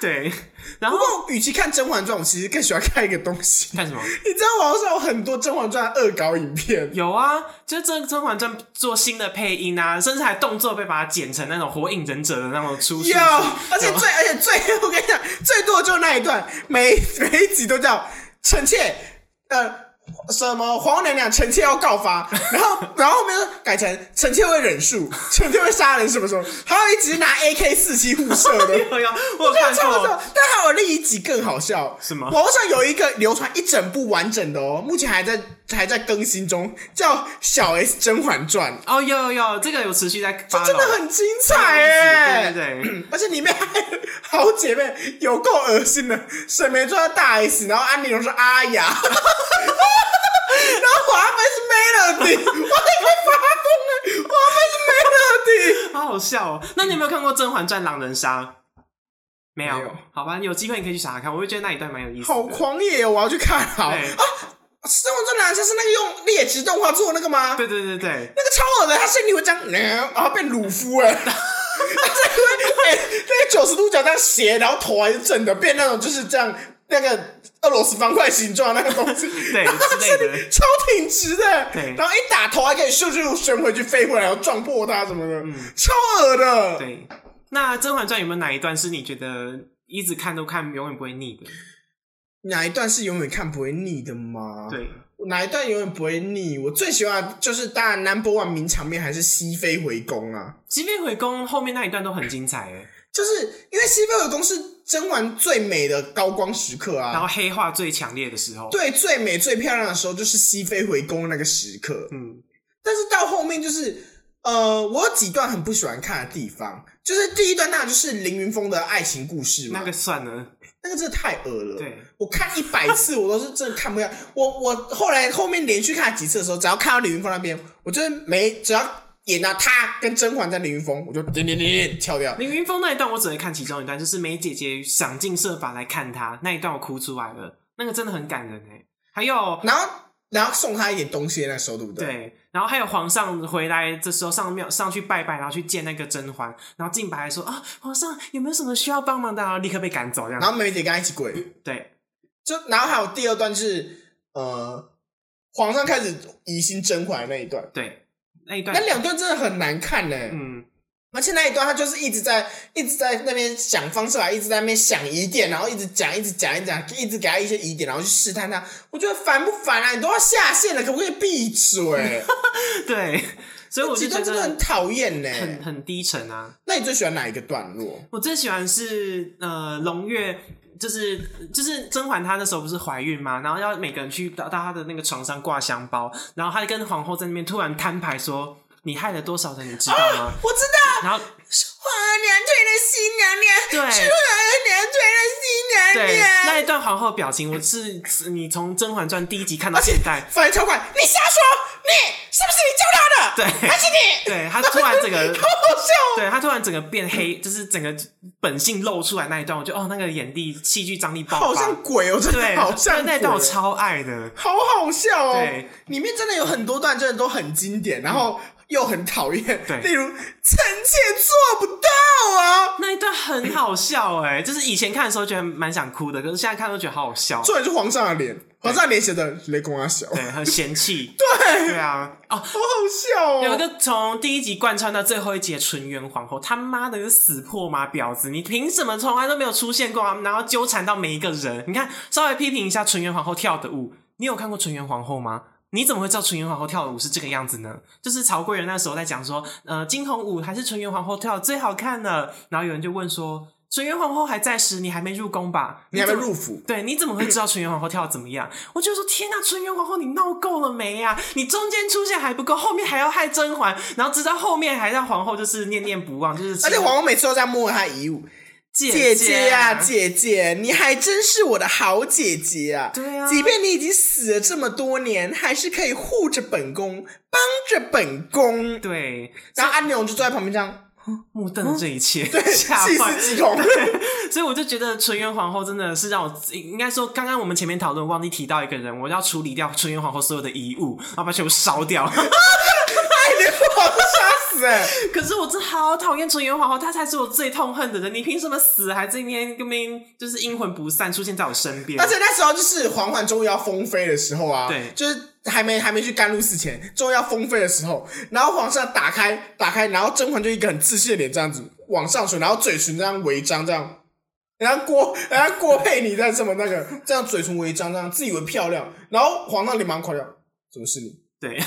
对，然后
过与其看《甄嬛传》，我其实更喜欢看一个东西。
干什么？
你知道网上有很多《甄嬛传》恶搞影片，
有啊，就这《甄嬛传》做新的配音啊，甚至还动作被把它剪成那种火影忍者的那种出
有，而且最而且最， 我跟你讲，最多就是那一段，每 每一集都叫臣妾，呃。什么皇后娘娘臣妾要 告发，然后然后后面就改成臣妾会忍术， 臣妾会杀人什么什么，还有一集是拿 AK 四七互射的，
有有， 我有看
超
过
好笑。但还有另一集更好笑，
什么
网络上有一个流传一整部完整的哦，目前还在还在更新中，叫《小 S 甄嬛传》，
哦，有有有，这个有持续在发
真的很精彩哎、
对对对，
而且里面还有好姐妹，有够恶心的。沈眉庄是大 S，然后安陵容是哎阿雅， 然后华妃是 Melody，我快发疯了，华妃是 Melody。
好好笑哦。那你有没有看过《甄嬛传》狼人杀？没有，
没有
好吧，有机会你可以去查查看，我会觉得那一段蛮有意思的。
好狂野哦！我要去看好啊！
对
《生活中男生》是那个用劣质动画做的那个吗？
对对对对，
那个超恶的，他身体会这样，然后变鲁夫哎，他这会哎那个九十度角这样斜，然后头还是正的，变那种就是这样那个俄罗斯方块形状的那个东西，
对
然后他身体
之类的
超挺直的，
对
然后一打头还可以咻咻旋回去飞回来，然后撞破它什么的，超恶的。
对，那《甄嬛传》有没有哪一段是你觉得一直看都看永远不会腻的？
哪一段是永远看不会腻的吗？。
对，
哪一段永远不会腻？我最喜欢的就是当然 number one 名场面还是熹妃回宫啊，
熹妃回宫后面那一段都很精彩哎，
就是因为熹妃回宫是甄嬛最美的高光时刻
然
啊，
后黑化最强烈的时候，，
对，最美最漂亮的时候就是熹妃回宫那个时刻。
嗯，
但是到后面就是，呃，我有几段很不喜欢看的地方，就是第一段那就是凌云峰的爱情故事嘛，
那个算了，
那个真的太恶了。
对，
我看一百次，我都是真的看不下。我我后来后面连续看了几次的时候，只要看到李云峰那边，我就是没只要演到他跟甄嬛在李云峰，我就点点点点跳掉。
凌云峰那一段我只能看其中一段，就是梅姐姐想尽设法来看他那一段，我哭出来了，那个真的很感人哎。还有
然后然后送他一点东西的那时候，对不对？
对，然后还有皇上回来这时候上庙上去拜拜，然后去见那个甄嬛，然后进白还说啊，皇上有没有什么需要帮忙的、啊，然后立刻被赶走这样。
然后梅姐跟他一起跪，
对
就然后还有第二段是呃，皇上开始疑心甄嬛的那一段，
对，那一段
那两段真的很难看呢、
嗯，
而且那一段他就是一直在一直在那边想方设法，一直在那边想疑点，然后一直讲一直讲一直讲，一直给他一些疑点，然后去试探他。我觉得烦不烦啊？你都要下线了，可不可以闭 嘴？
对， 所以我
几
就
段
觉
真的
得
很讨厌呢。
很很低沉啊。
那你最喜欢哪一个段落？
我最喜欢是呃，龙月就是就是甄嬛她那时候不是怀孕嘛，然后要每个人去到到她的那个床上挂香包，然后她就跟皇后在那边突然摊牌说：“你害了多少人，你知道吗
我知道，？”
然后
花娘推了新娘娘，
对
是花娘推了
对
新娘娘。
那一段皇后表情，我是是你从《甄嬛传》第一集看到
而且
现在，
反应超快，你瞎说，你是不是你教他的？
对
还是你？
对她突然这个
好好笑哦！
对她突然整个变黑，就是整个本性露出来那一段，我就哦，那个演技戏剧张力爆
好
发
像。鬼哦，真
对，
的好像
那一段我
鬼哦
超爱的。
好好笑哦！
对，
里面真的有很多段真的都很经典，然后又很讨厌。
对
例如臣妾做不到啊，
那一段很好笑哎、就是以前看的时候觉得蛮想哭的，可是现在看都觉得好好笑，
重点是皇上的脸，皇上的脸写的雷公阿小，好，
对，很嫌弃
对
对啊，哦，
好笑
有一
哦！
个从第一集贯穿到最后一集的纯元皇后，他妈的是死破马婊子，你凭什么从来都没有出现过啊？然后纠缠到每一个人，你看，稍微批评一下纯元皇后跳的舞，你有看过纯元皇后吗？你怎么会知道纯元皇后跳的舞是这个样子呢？就是曹贵人那时候在讲说，呃，惊鸿舞还是纯元皇后跳的最好看呢。然后有人就问说，纯元皇后还在时，你还没入宫吧？
你还没
怎么
入府，
对，你怎么会知道纯元皇后跳的怎么样？我就说天呐，纯元皇后你闹够了没呀、你中间出现还不够，后面还要害甄嬛，然后直到后面还让皇后就是念念不忘，就是
而且皇后每次都在摸她遗物，
姐
姐姐啊，
姐
姐姐，你还真是我的好姐姐啊！
对啊
即便你已经死了这么多年，还是可以护着本宫，帮着本宫。
对，
然后安牛就坐在旁边这样，
目瞪了这一切，
嗯对，
吓
细
坏。
思极恐。
所以我就觉得纯元皇后真的是让我，应该说刚刚我们前面讨论忘记提到一个人，我要处理掉纯元皇后所有的遗物，然后把全部烧掉。
哎，连皇都杀死哎、
可是我真的好讨厌纯元皇后，她才是我最痛恨的人。你凭什么死，还这边跟边就是阴魂不散出现在我身边
而？且那时候就是嬛嬛终于要封妃的时候啊，
对
就是还没还没去甘露寺前，终于要封妃的时候，然后皇上打开打开，然后甄嬛就一个很自信的脸这样子往上唇，然后嘴唇这样微张这样。人家郭，人家郭佩妮在这么那个，这样嘴唇微张，这样自以为漂亮，然后皇上脸忙垮掉，怎么是你？
对，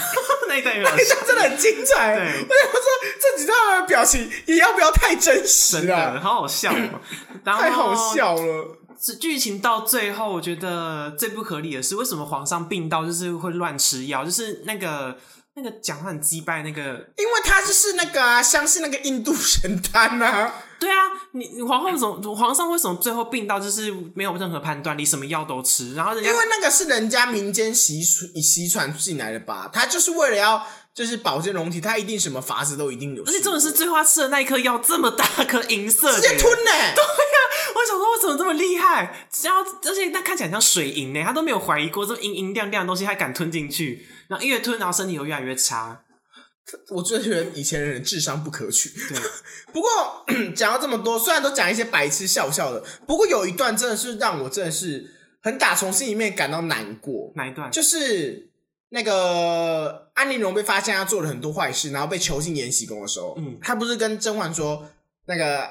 那一段有点
哎， 这真的很精彩。
对
我想说，这几段的表情也要不要太真
真
实
的
啊？
好好笑哦。然后
太好。笑了。
剧情到最后，我觉得最不合理的是，为什么皇上病到就是会乱吃药？就是那个那个讲话很击败那个
因为他就是那个啊，相信那个印度神丹呐、啊，
对啊，你你皇后总皇上为什么最后病到就是没有任何判断力，什么药都吃，然后人
因
家
为那个是人家民间习俗习传进来的吧，他就是为了要就是保健容体，它一定什么法子都一定有。
而且重点是最后他吃的那一颗药这么大颗银色的
直接吞呢、
对呀、 我想说我怎么这么厉害？只要而且那看起来很像水银呢、他都没有怀疑过这么银银亮亮的东西，他敢吞进去，然后越吞，然后身体又越来越差。
我就觉得以前人智商不可取。
对，
不过 讲到这么多，虽然都讲一些白痴笑笑的，不过有一段真的是让我真的是很打从心里面感到难过，
哪一段？
就是那个安陵容被发现她做了很多坏事，然后被囚禁延禧宫的时候，
嗯
她不是跟甄嬛说那个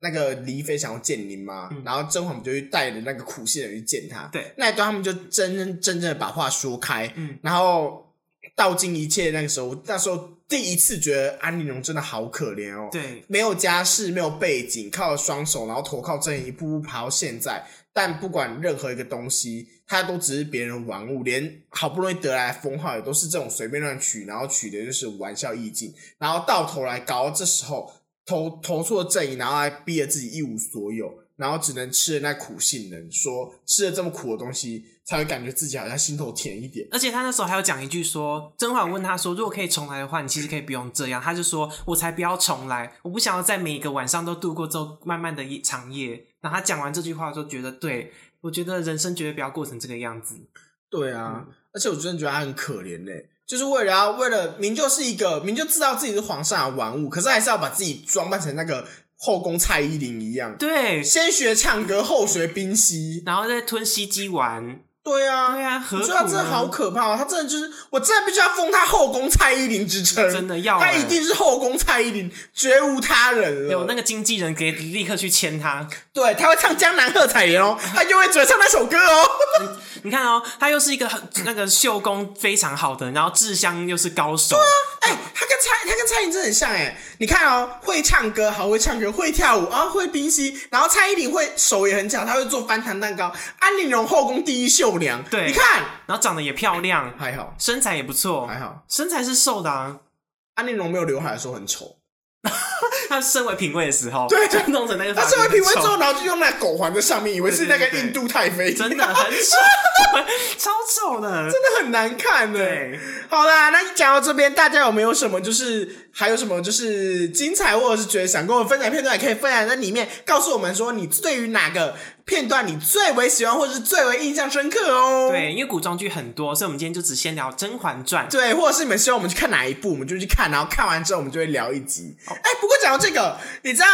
那个李妃想要见您吗？然后甄嬛不就去带着那个苦心人去见她，
嗯对，
那一段他们就真真正正的把话说开，
嗯
然后道尽一切。那个时候，那时候第一次觉得安陵容真的好可怜哦，
对，
没有家世，没有背景，靠双手，然后投靠正义，一步步爬到现在。但不管任何一个东西，他都只是别人的玩物，连好不容易得来的封号也都是这种随便乱取，然后取的就是玩笑意境，然后到头来搞到这时候投投错阵营，然后还逼得自己一无所有，然后只能吃了那苦杏仁，说吃了这么苦的东西，才会感觉自己好像心头甜一点。
而且他那时候还有讲一句说，甄嬛问他说，如果可以重来的话，你其实可以不用这样。他就说，我才不要重来，我不想要在每一个晚上都度过这漫漫的一长夜。然后他讲完这句话之后，觉得对我觉得人生绝对不要过成这个样子。
对啊，
嗯
而且我真的觉得他很可怜嘞、就是为了要为了明就是一个明就知道自己是皇上的玩物，可是还是要把自己装扮成那个后宫蔡依林一样，
对，
先学唱歌，后学冰嬉。
然后再吞西鸡丸。
对啊，
对啊，何
你
苦
说他真的
呢
好可怕、哦，他真的就是，我真的必须要封他后宫蔡依林之称，
真的要
他
欸
一定是后宫蔡依林，绝无他人了。
有那个经纪人给立刻去签他。
对，他会唱《江南鹤彩 莲》哦，他就会只会唱那首歌哦。
你看哦，他又是一个很那个绣工非常好的，然后智商又是高手，
哎、他跟蔡他跟蔡依林真的很像哎、你看哦，会唱歌，好会唱歌，会跳舞啊，会冰嬉，然后蔡依林会手也很巧，她会做翻糖蛋糕。安陵容后宫第一秀娘，
对
你看
然后长得也漂亮，
还好
身材也不错，
还好，
身材是瘦的啊。
安陵容没有刘海的时候很丑，
他身为品味的时候，
对
就弄成那个发
她
型
身
很
为
丑，
嫔妃之后，然后就用那狗环在上面，以为是那个
对对对
印度太妃，
真的
然后
很丑，超丑的。
真的很难看哎、
对
好啦，那讲到这边，大家有没有什么就是还有什么就是精彩，或者是觉得想跟我分享片段，也可以分享在里面，告诉我们说你对于哪个片段你最为喜欢，或者是最为印象深刻哦。
对，因为古装剧很多，所以我们今天就只先聊《甄嬛传》。
对，或者是你们希望我们去看哪一部，我们就去看，然后看完之后我们就会聊一集。
哦
哎、不过讲到这个，你知道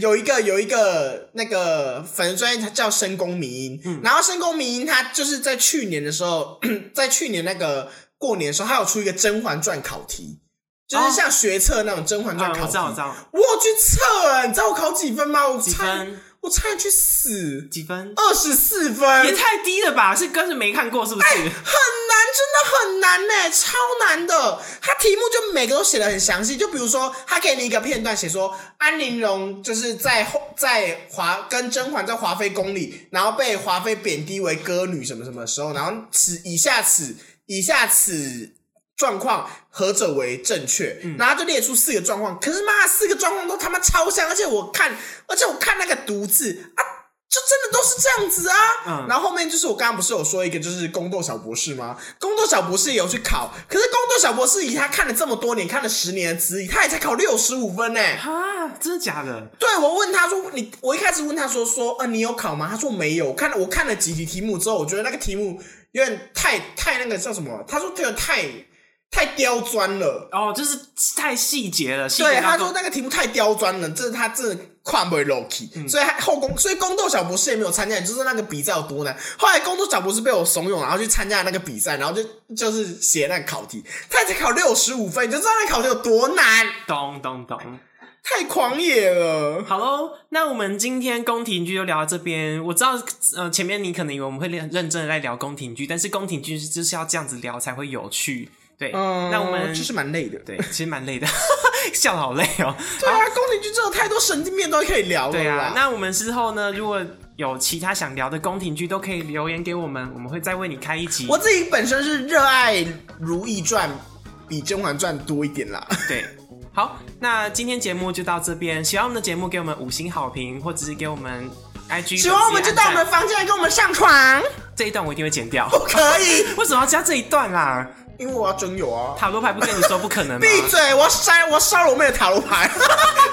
有一个有一个那个粉丝专业，它叫深宫迷音，
嗯
然后深宫迷音它就是在去年的时候， 在去年那个过年的时候，它有出一个《甄嬛传》考题，就是
哦
像学测那种《甄嬛传
嗯》
考
我
题。
知道，我知道，
我有去测、哎，你知道我考几分吗？我
几
差
分
我差点去死，
几分？
二十四分，
也太低了吧？是根本没看过，是不
哎哎，
是？
很难，真的很难呢、超难的。它题目就每个都写的很详细，就比如说，他给你一个片段，写说安陵容就是在后在华跟甄嬛在华妃宫里，然后被华妃贬低为歌女什么什么时候，然后此以下此以下此。状况何者为正确？然后就列出四个状况，可是妈，四个状况都他妈超像，而且我看，而且我看那个毒字啊，就真的都是这样子啊。
嗯
然后后面就是我刚刚不是有说一个就是宫斗小博士吗？宫斗小博士也有去考，可是宫斗小博士以他看了这么多年，看了十年的资历，他也才考六十五分呢、
啊，真的假的？
对我问他说你，我一开始问他说说，呃，你有考吗？他说没有。我看了我看了几题题目之后，我觉得那个题目有点太太那个叫什么？他说这个太太刁钻了。
哦，就是太细节了，细节
对，
到
他说那个题目太刁钻了，这是他真的跨不 low key，、所以他后宫，所以宫斗小博士也没有参加，就是那个比赛有多难。后来宫斗小博士被我怂恿，然后去参加那个比赛，然后就就是写那个考题，他才考六十五分，你就知道那个考题有多难，
咚咚咚。
太狂野了。
好喽，那我们今天宫廷剧就聊到这边。我知道，呃，前面你可能以为我们会认认真的在聊宫廷剧，但是宫廷剧是就是要这样子聊才会有趣。对，
嗯，
那我们
就是蛮累的。
对，其实蛮累的， 笑得好累哦。
对啊，宫廷剧真的太多神经病都可以聊了
对啊
啦，
那我们之后呢，如果有其他想聊的宫廷剧，都可以留言给我们，我们会再为你开一集。
我自己本身是热爱《如懿传》比《甄嬛传》多一点啦。
对，好，那今天节目就到这边。喜欢我们的节目，给我们五星好评，或者是给我们 IG。
喜欢我们就到我们的房间来跟我们上床，
这一段，我一定会剪掉。
不可以。
为什么要加这一段啦、啊
因为我要真有啊！
塔罗牌不跟你说不可能吗？
闭嘴！我要杀我要杀了我妹的塔罗牌！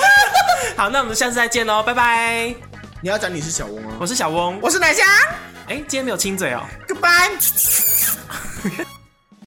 好，那我们下次再见喽，拜拜。
你要讲你是小翁啊？
我是小翁，
我是奶香
哎、今天没有亲嘴哦。
，Goodbye。